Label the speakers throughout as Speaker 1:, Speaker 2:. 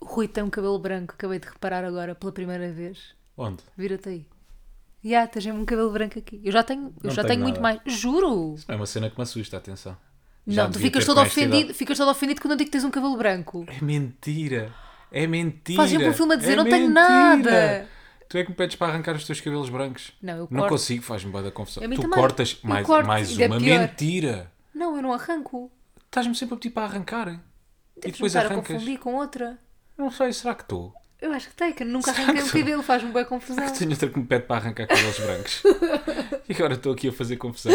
Speaker 1: Rui tem um cabelo branco, acabei de reparar agora pela primeira vez.
Speaker 2: Onde?
Speaker 1: Vira-te aí. Já, tens mesmo um cabelo branco aqui. Eu já tenho, eu
Speaker 2: Não
Speaker 1: já
Speaker 2: tenho
Speaker 1: tenho muito mais.
Speaker 2: nada.
Speaker 1: Juro!
Speaker 2: É uma cena que me assusta, atenção.
Speaker 1: não, tu ficas todo,
Speaker 2: toda
Speaker 1: ofendido, ficas todo ofendido quando eu digo que tens um cabelo branco.
Speaker 2: É mentira. É mentira.
Speaker 1: Faz sempre um filme a dizer,
Speaker 2: É
Speaker 1: "Não tenho
Speaker 2: mentira.
Speaker 1: nada."
Speaker 2: Tu é que me pedes para arrancar os teus cabelos brancos.
Speaker 1: Não, eu
Speaker 2: Não
Speaker 1: corto.
Speaker 2: consigo, faz-me boa da confusão.
Speaker 1: A mim
Speaker 2: Tu
Speaker 1: também.
Speaker 2: cortas
Speaker 1: Eu
Speaker 2: mais,
Speaker 1: corto,
Speaker 2: mais
Speaker 1: ainda é
Speaker 2: uma
Speaker 1: pior.
Speaker 2: mentira.
Speaker 1: Não, eu não arranco.
Speaker 2: Estás-me sempre a pedir para arrancar. hein? E
Speaker 1: Deves
Speaker 2: depois
Speaker 1: começar a
Speaker 2: arrancas.
Speaker 1: confundir com outra.
Speaker 2: Não sei, será que estou?
Speaker 1: Eu acho que tem, que eu nunca
Speaker 2: Será
Speaker 1: arranquei
Speaker 2: que
Speaker 1: o
Speaker 2: sou?
Speaker 1: cabelo, faz-me boa confusão.
Speaker 2: Que tenho outra que me pede para arrancar cabelos brancos. e agora estou aqui a fazer confusão.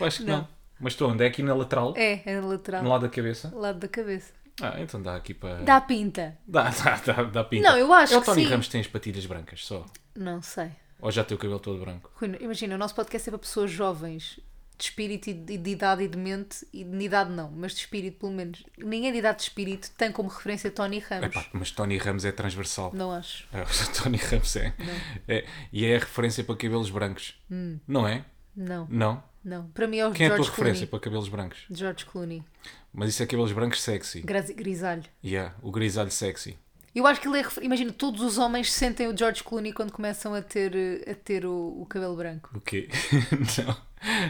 Speaker 2: Eu acho que não.
Speaker 1: Não.
Speaker 2: Mas estou onde? É aqui na lateral?
Speaker 1: É, é na lateral,
Speaker 2: No lado da cabeça?
Speaker 1: lado da cabeça.
Speaker 2: Ah, então dá aqui para.
Speaker 1: Dá pinta.
Speaker 2: Dá, dá, dá, dá pinta.
Speaker 1: Não, eu acho
Speaker 2: É o
Speaker 1: que
Speaker 2: Tony
Speaker 1: sim.
Speaker 2: Ramos tem as patilhas brancas só.
Speaker 1: Não sei.
Speaker 2: Ou já tem o cabelo todo branco?
Speaker 1: Rui, imagina, o nosso podcast é para pessoas jovens, de espírito e de, de idade e de mente, e de idade não, mas de espírito pelo menos. Ninguém de idade de espírito tem como referência Tony Ramos.
Speaker 2: Epá, mas Tony Ramos é transversal.
Speaker 1: Não acho.
Speaker 2: É, o Tony Ramos é. é. E é a referência para cabelos brancos.
Speaker 1: Hum.
Speaker 2: Não é?
Speaker 1: Não,
Speaker 2: Não.
Speaker 1: não. Para mim é o
Speaker 2: Quem é a tua
Speaker 1: George
Speaker 2: referência
Speaker 1: Clooney.
Speaker 2: para cabelos brancos?
Speaker 1: George Clooney.
Speaker 2: Mas isso é cabelos brancos sexy.
Speaker 1: Gras- Grisalho.
Speaker 2: Yeah, o grisalho sexy.
Speaker 1: Eu acho que ele é. refer- Imagina, todos os homens sentem o George Clooney quando começam a ter, eh, a ter o, o cabelo branco.
Speaker 2: O quê? não,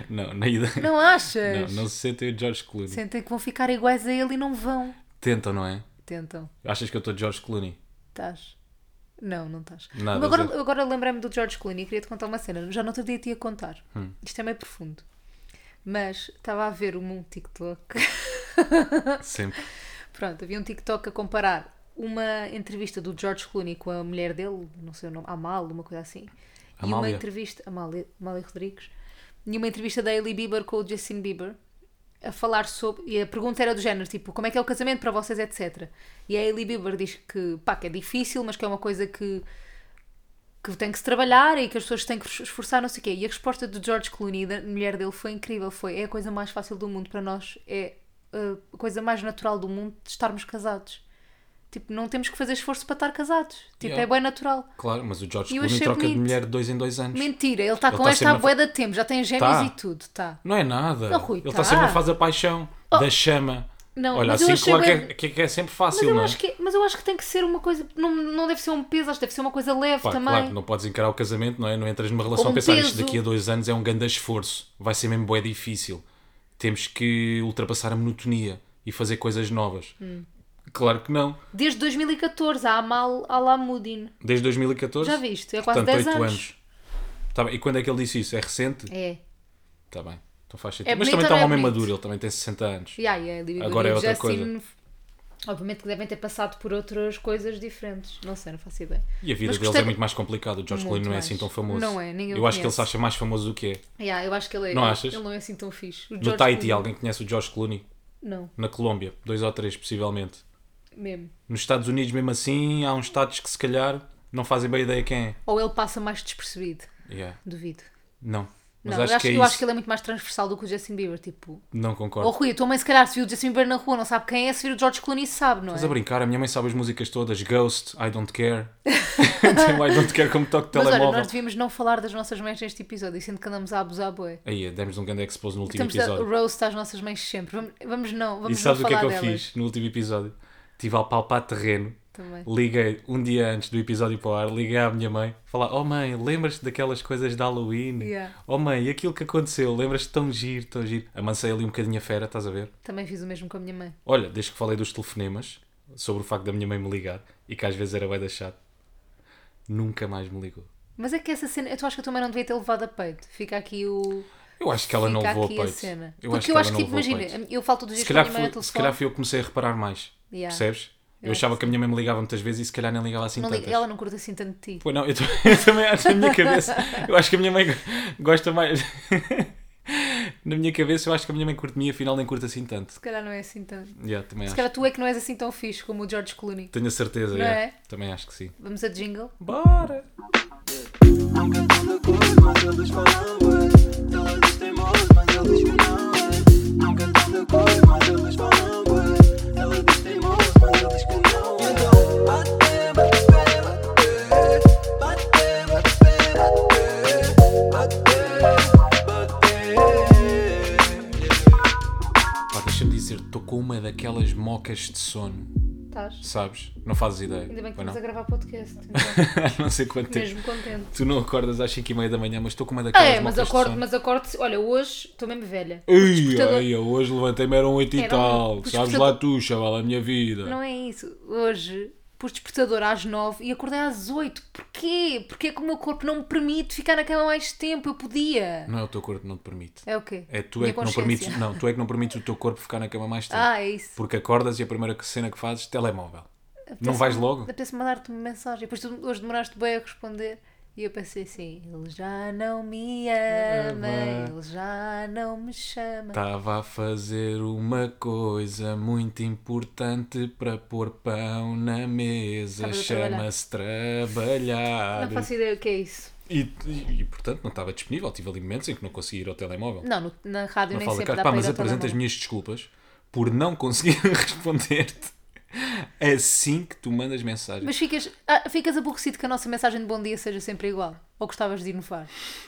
Speaker 2: não, na ideia.
Speaker 1: Não achas?
Speaker 2: Não, não se sentem o George Clooney.
Speaker 1: Sentem que vão ficar iguais a ele e não vão.
Speaker 2: Tentam, não é?
Speaker 1: Tentam.
Speaker 2: Achas que eu estou George Clooney?
Speaker 1: Estás. Não, não estás.
Speaker 2: Nada,
Speaker 1: Agora,
Speaker 2: zero.
Speaker 1: agora lembrei-me do George Clooney e queria-te contar uma cena. Já no outro dia te ia contar.
Speaker 2: Hum.
Speaker 1: Isto é meio profundo. Mas estava a ver um TikTok. Ah.
Speaker 2: Sempre.
Speaker 1: Pronto, havia um TikTok a comparar uma entrevista do George Clooney com a mulher dele, não sei o nome, Amal, uma coisa assim. E uma
Speaker 2: Amália.
Speaker 1: entrevista, Amália, Amália Rodrigues, e uma entrevista da Hailey Bieber com o Justin Bieber, a falar sobre, e a pergunta era do género, tipo, como é que é o casamento para vocês, etc. E a Hailey Bieber diz que, pá, que é difícil, mas que é uma coisa que que tem que se trabalhar e que as pessoas têm que se esforçar, não sei o quê. E a resposta do George Clooney, da mulher dele, foi incrível. Foi, é a coisa mais fácil do mundo para nós. É uh, a coisa mais natural do mundo de estarmos casados. Tipo, não temos que fazer esforço para estar casados. Tipo,
Speaker 2: Yeah.
Speaker 1: é bem natural.
Speaker 2: Claro, mas o George
Speaker 1: E eu
Speaker 2: Clooney
Speaker 1: achei
Speaker 2: troca de
Speaker 1: bonito.
Speaker 2: mulher de dois em dois anos.
Speaker 1: Mentira, ele está
Speaker 2: Ele
Speaker 1: com
Speaker 2: tá
Speaker 1: esta
Speaker 2: sempre a fa-
Speaker 1: bué da tempo. Já tem gêmeos
Speaker 2: Tá.
Speaker 1: e tudo, tá.
Speaker 2: Não é nada.
Speaker 1: Não, Rui,
Speaker 2: Ele
Speaker 1: tá.
Speaker 2: está sempre a fazer a paixão da chama.
Speaker 1: Não,
Speaker 2: Olha,
Speaker 1: mas eu
Speaker 2: assim,
Speaker 1: achei
Speaker 2: claro que
Speaker 1: bem-
Speaker 2: é, que é- que é sempre
Speaker 1: Mas
Speaker 2: fácil,
Speaker 1: eu,
Speaker 2: não é?
Speaker 1: acho que, mas eu acho que tem que ser uma coisa. Não, não deve ser um peso, acho que deve ser uma coisa leve
Speaker 2: Pá,
Speaker 1: também.
Speaker 2: claro, não podes encarar o casamento, não é? Não entras numa relação
Speaker 1: Como
Speaker 2: a pensar
Speaker 1: peso.
Speaker 2: isto daqui a dois anos é um grande esforço, vai ser mesmo bué difícil. Temos que ultrapassar a monotonia e fazer coisas novas.
Speaker 1: Hum.
Speaker 2: Claro que não.
Speaker 1: Desde 2014, a Amal Alamudin.
Speaker 2: Desde 2014.
Speaker 1: Já viste? É quase
Speaker 2: Portanto,
Speaker 1: 10
Speaker 2: oito
Speaker 1: anos.
Speaker 2: Tá bem. E quando é que ele disse isso? É recente?
Speaker 1: É.
Speaker 2: Está bem. Então faz sentido.
Speaker 1: É
Speaker 2: Mas
Speaker 1: bonito ou
Speaker 2: também
Speaker 1: não
Speaker 2: está um
Speaker 1: é
Speaker 2: homem
Speaker 1: bonito?
Speaker 2: maduro, ele também tem 60 anos.
Speaker 1: Yeah, yeah, Libby
Speaker 2: Agora é outra coisa.
Speaker 1: Obviamente que devem ter passado por outras coisas diferentes. Não sei, não faço ideia.
Speaker 2: E a vida
Speaker 1: Mas
Speaker 2: deles
Speaker 1: gostei-
Speaker 2: é muito mais complicada. O George
Speaker 1: Muito
Speaker 2: Clooney não é
Speaker 1: mais.
Speaker 2: assim tão famoso.
Speaker 1: Não é, ninguém
Speaker 2: Eu
Speaker 1: o
Speaker 2: acho que ele
Speaker 1: conhece.
Speaker 2: se acha mais famoso do que é.
Speaker 1: Yeah, eu acho que ele é.
Speaker 2: Não
Speaker 1: ele,
Speaker 2: achas?
Speaker 1: Ele não é assim tão fixe. O
Speaker 2: No
Speaker 1: George
Speaker 2: Tahiti,
Speaker 1: Clooney-
Speaker 2: alguém conhece o George Clooney?
Speaker 1: Não,
Speaker 2: Na Colômbia, dois ou três, possivelmente.
Speaker 1: mesmo.
Speaker 2: Nos Estados Unidos, mesmo assim, há uns estados que se calhar não fazem bem ideia quem é.
Speaker 1: Ou ele passa mais despercebido.
Speaker 2: Yeah.
Speaker 1: Duvido.
Speaker 2: Não. Mas
Speaker 1: não,
Speaker 2: acho,
Speaker 1: eu, acho,
Speaker 2: que é
Speaker 1: eu
Speaker 2: isso.
Speaker 1: acho que ele é muito mais transversal do que o Justin Bieber. Tipo,
Speaker 2: Não
Speaker 1: ou
Speaker 2: concordo.
Speaker 1: Rui, a tua mãe, se calhar, se viu o Justin Bieber na rua, não sabe quem é, se vir o George Clooney, sabe, não é?
Speaker 2: Estás a brincar, a minha mãe sabe as músicas todas. Ghost, I Don't Care. Tem o I Don't Care como toque de
Speaker 1: Mas olha,
Speaker 2: telemóvel.
Speaker 1: nós devíamos não falar das nossas mães neste episódio, sendo que andamos a abusar, boé.
Speaker 2: Aí, demos um grande expose no último
Speaker 1: Estamos a
Speaker 2: episódio.
Speaker 1: roast às nossas mães sempre. Vamos, vamos não,
Speaker 2: E
Speaker 1: vamos
Speaker 2: sabes o
Speaker 1: não
Speaker 2: que é
Speaker 1: falar
Speaker 2: que eu
Speaker 1: delas.
Speaker 2: fiz no último episódio? Estive a palpar terreno.
Speaker 1: Também.
Speaker 2: Liguei um dia antes do episódio para o ar, liguei à minha mãe, falar: Oh mãe, lembras-te daquelas coisas de Halloween?
Speaker 1: Yeah.
Speaker 2: Oh mãe, e aquilo que aconteceu, lembras-te tão giro, tão giro. Amancei ali um bocadinho a fera, estás a ver?
Speaker 1: Também fiz o mesmo com a minha mãe.
Speaker 2: Olha, desde que falei dos telefonemas, sobre o facto da minha mãe me ligar e que às vezes era bué da chato, nunca mais me ligou.
Speaker 1: Mas é que essa cena, eu acho que eu também não devia ter levado a peito. Fica aqui o.
Speaker 2: Eu acho que ela
Speaker 1: fica
Speaker 2: não levou a
Speaker 1: aqui
Speaker 2: peito.
Speaker 1: a cena.
Speaker 2: Eu
Speaker 1: Porque
Speaker 2: acho que
Speaker 1: eu
Speaker 2: ela
Speaker 1: acho que,
Speaker 2: não
Speaker 1: tipo,
Speaker 2: levou a
Speaker 1: imagina,
Speaker 2: peito.
Speaker 1: eu falo todos os
Speaker 2: Se
Speaker 1: dias com a
Speaker 2: calhar,
Speaker 1: minha mãe
Speaker 2: foi,
Speaker 1: ao
Speaker 2: se
Speaker 1: telefone.
Speaker 2: calhar fui eu que comecei a reparar mais.
Speaker 1: Yeah.
Speaker 2: Percebes? Eu,
Speaker 1: Eu acho
Speaker 2: achava
Speaker 1: que
Speaker 2: que a minha mãe me ligava muitas vezes e se calhar nem ligava assim
Speaker 1: Não
Speaker 2: tantas.
Speaker 1: liga- ela não curta assim tanto de ti.
Speaker 2: Pois não, eu, tam- eu também acho na minha cabeça. Eu acho que a minha mãe go- gosta mais. na minha cabeça, eu acho que a minha mãe curte de mim, afinal nem curte assim tanto.
Speaker 1: Se calhar não é assim tanto.
Speaker 2: Yeah, também
Speaker 1: Se
Speaker 2: acho.
Speaker 1: calhar tu é que não és assim tão fixe como o George Clooney.
Speaker 2: Tenho a certeza,
Speaker 1: Não
Speaker 2: yeah.
Speaker 1: é?
Speaker 2: também acho que sim.
Speaker 1: Vamos a jingle?
Speaker 2: Bora!
Speaker 3: Não cantam de cor, mas eles falam bué. Ela diz teimoso, mas ele diz que não é. Não cantam de cor, mas eles falam bué. Ela diz teimoso, mas ele diz que não é. Então, bate, bate, bate, bate. Bate, bate, bate, bate, bate.
Speaker 2: Pá, deixa-me dizer, estou com uma daquelas mocas de sono
Speaker 1: Estás.
Speaker 2: sabes? Não fazes ideia.
Speaker 1: Ainda bem que
Speaker 2: pois
Speaker 1: estamos
Speaker 2: não?
Speaker 1: a gravar podcast. Então,
Speaker 2: não sei quanto tempo.
Speaker 1: mesmo contente.
Speaker 2: Tu não acordas às 5h30 da manhã, mas estou com uma
Speaker 1: Ah,
Speaker 2: daquelas
Speaker 1: é, mas
Speaker 2: bocas de
Speaker 1: acordo,
Speaker 2: sono.
Speaker 1: mas acordo. Olha, hoje estou mesmo velha.
Speaker 2: Ei,
Speaker 1: despertador-
Speaker 2: ai, eu hoje levantei-me, eram 8 e
Speaker 1: Era um-
Speaker 2: tal.
Speaker 1: o
Speaker 2: Sabes
Speaker 1: despertador-
Speaker 2: lá tu, chaval, a minha vida.
Speaker 1: Não é isso. Hoje pus despertador às 9 e acordei às 8. Porquê? Porque é que o meu corpo não me permite ficar na cama mais tempo. Eu podia.
Speaker 2: Não é o teu corpo que não te permite.
Speaker 1: É o quê?
Speaker 2: É tu
Speaker 1: Minha
Speaker 2: é que não
Speaker 1: consciência.
Speaker 2: permites, não, tu é que não permites o teu corpo ficar na cama mais tempo.
Speaker 1: Ah, é isso.
Speaker 2: Porque acordas e a primeira cena que fazes, telemóvel. Não vais logo?
Speaker 1: Apetece mandar-te uma mensagem. Depois tu hoje demoraste bem a responder. E eu pensei assim: ele já não me ama,
Speaker 2: Ama. Tá,
Speaker 1: ele já não me chama.
Speaker 2: Estava a fazer uma coisa muito importante para pôr pão na mesa.
Speaker 1: Estavas a trabalhar.
Speaker 2: Chama-se trabalhar.
Speaker 1: Não faço ideia o que é isso.
Speaker 2: E, e, e, portanto não estava disponível. Tive ali momentos em que não consegui ir ao telemóvel.
Speaker 1: Não, no- na rádio
Speaker 2: Não
Speaker 1: nem
Speaker 2: fala,
Speaker 1: sempre
Speaker 2: cara,
Speaker 1: dá
Speaker 2: pá,
Speaker 1: para
Speaker 2: mas
Speaker 1: ir ao
Speaker 2: apresento as
Speaker 1: telemóvel.
Speaker 2: minhas desculpas por não conseguir responder-te assim que tu mandas mensagem.
Speaker 1: Mas ficas, ah, ficas aborrecido que a nossa mensagem de bom dia seja sempre igual? Ou gostavas de inovar?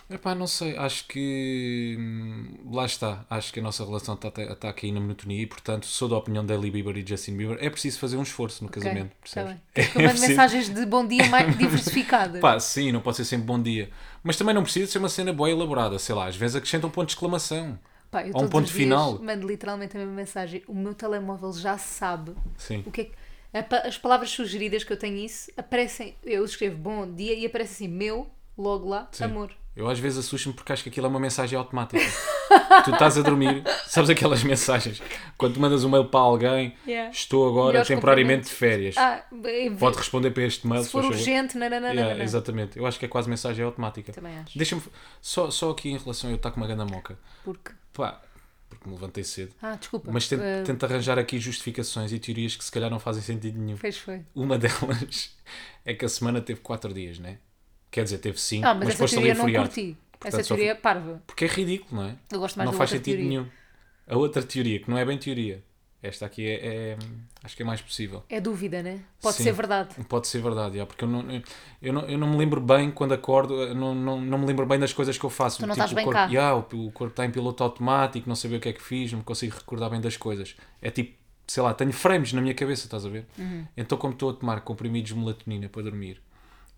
Speaker 2: Epá, não sei, acho que hum, lá está, acho que a nossa relação está tá a cair na monotonia e portanto sou da opinião de Hailey Bieber e Justin Bieber, é preciso fazer um esforço no casamento,
Speaker 1: está
Speaker 2: percebes?
Speaker 1: tá bem. Queres que eu
Speaker 2: É
Speaker 1: mando
Speaker 2: preciso-
Speaker 1: mensagens de bom dia mais diversificadas.
Speaker 2: Pá, sim, não pode ser sempre bom dia, mas também não precisa ser uma cena boa e elaborada, sei lá, às vezes acrescenta um ponto de exclamação,
Speaker 1: Pá, eu
Speaker 2: há um
Speaker 1: todos
Speaker 2: ponto
Speaker 1: os dias
Speaker 2: final.
Speaker 1: Mando literalmente a mesma mensagem. O meu telemóvel já sabe
Speaker 2: sim,
Speaker 1: o que é que. a pa- As palavras sugeridas que eu tenho isso aparecem. Eu escrevo bom dia e aparece assim meu, logo lá,
Speaker 2: sim.
Speaker 1: amor.
Speaker 2: Eu às vezes assusto-me porque acho que aquilo é uma mensagem automática. tu estás a dormir, sabes aquelas mensagens, quando tu mandas um mail para alguém,
Speaker 1: Yeah.
Speaker 2: estou agora
Speaker 1: Melhores
Speaker 2: temporariamente de férias.
Speaker 1: Ah, bem,
Speaker 2: Pode responder para este mail,
Speaker 1: se for
Speaker 2: faz favor.
Speaker 1: urgente, não, não, não,
Speaker 2: Yeah,
Speaker 1: não, não.
Speaker 2: Exatamente, eu acho que é quase mensagem automática.
Speaker 1: Também acho.
Speaker 2: Deixa-me. Só, só aqui em relação a eu estar com uma ganda moca.
Speaker 1: Porque.
Speaker 2: Pá, porque me levantei cedo.
Speaker 1: Ah, desculpa.
Speaker 2: Mas tento,
Speaker 1: Ah,
Speaker 2: tento arranjar aqui justificações e teorias que se calhar não fazem sentido nenhum.
Speaker 1: Fez foi.
Speaker 2: Uma delas é que a semana teve 4 dias, né? Quer dizer, teve 5,
Speaker 1: Ah, mas,
Speaker 2: mas,
Speaker 1: essa
Speaker 2: depois ali
Speaker 1: teoria
Speaker 2: a
Speaker 1: não
Speaker 2: feriado.
Speaker 1: curti.
Speaker 2: Portanto,
Speaker 1: essa
Speaker 2: só
Speaker 1: teoria é parva.
Speaker 2: Porque é ridículo, não é?
Speaker 1: Eu gosto mais
Speaker 2: não
Speaker 1: da
Speaker 2: faz
Speaker 1: outra
Speaker 2: sentido
Speaker 1: teoria.
Speaker 2: nenhum. A outra teoria, que não é bem teoria, esta aqui é, é- acho que é mais possível.
Speaker 1: É dúvida, né? Pode
Speaker 2: Sim.
Speaker 1: ser verdade.
Speaker 2: Pode ser verdade, já, porque eu não, eu- eu, não, eu não me lembro bem quando acordo, eu não, não, não me lembro bem das coisas que eu faço. Tipo,
Speaker 1: Tu não estás
Speaker 2: o
Speaker 1: bem
Speaker 2: corpo,
Speaker 1: cá.
Speaker 2: já, o, o corpo está em piloto automático, não sabia o que é que fiz, não me consigo recordar bem das coisas. É tipo, sei lá, tenho frames na minha cabeça, estás a ver?
Speaker 1: Uhum.
Speaker 2: Então, como estou a tomar comprimidos de melatonina para dormir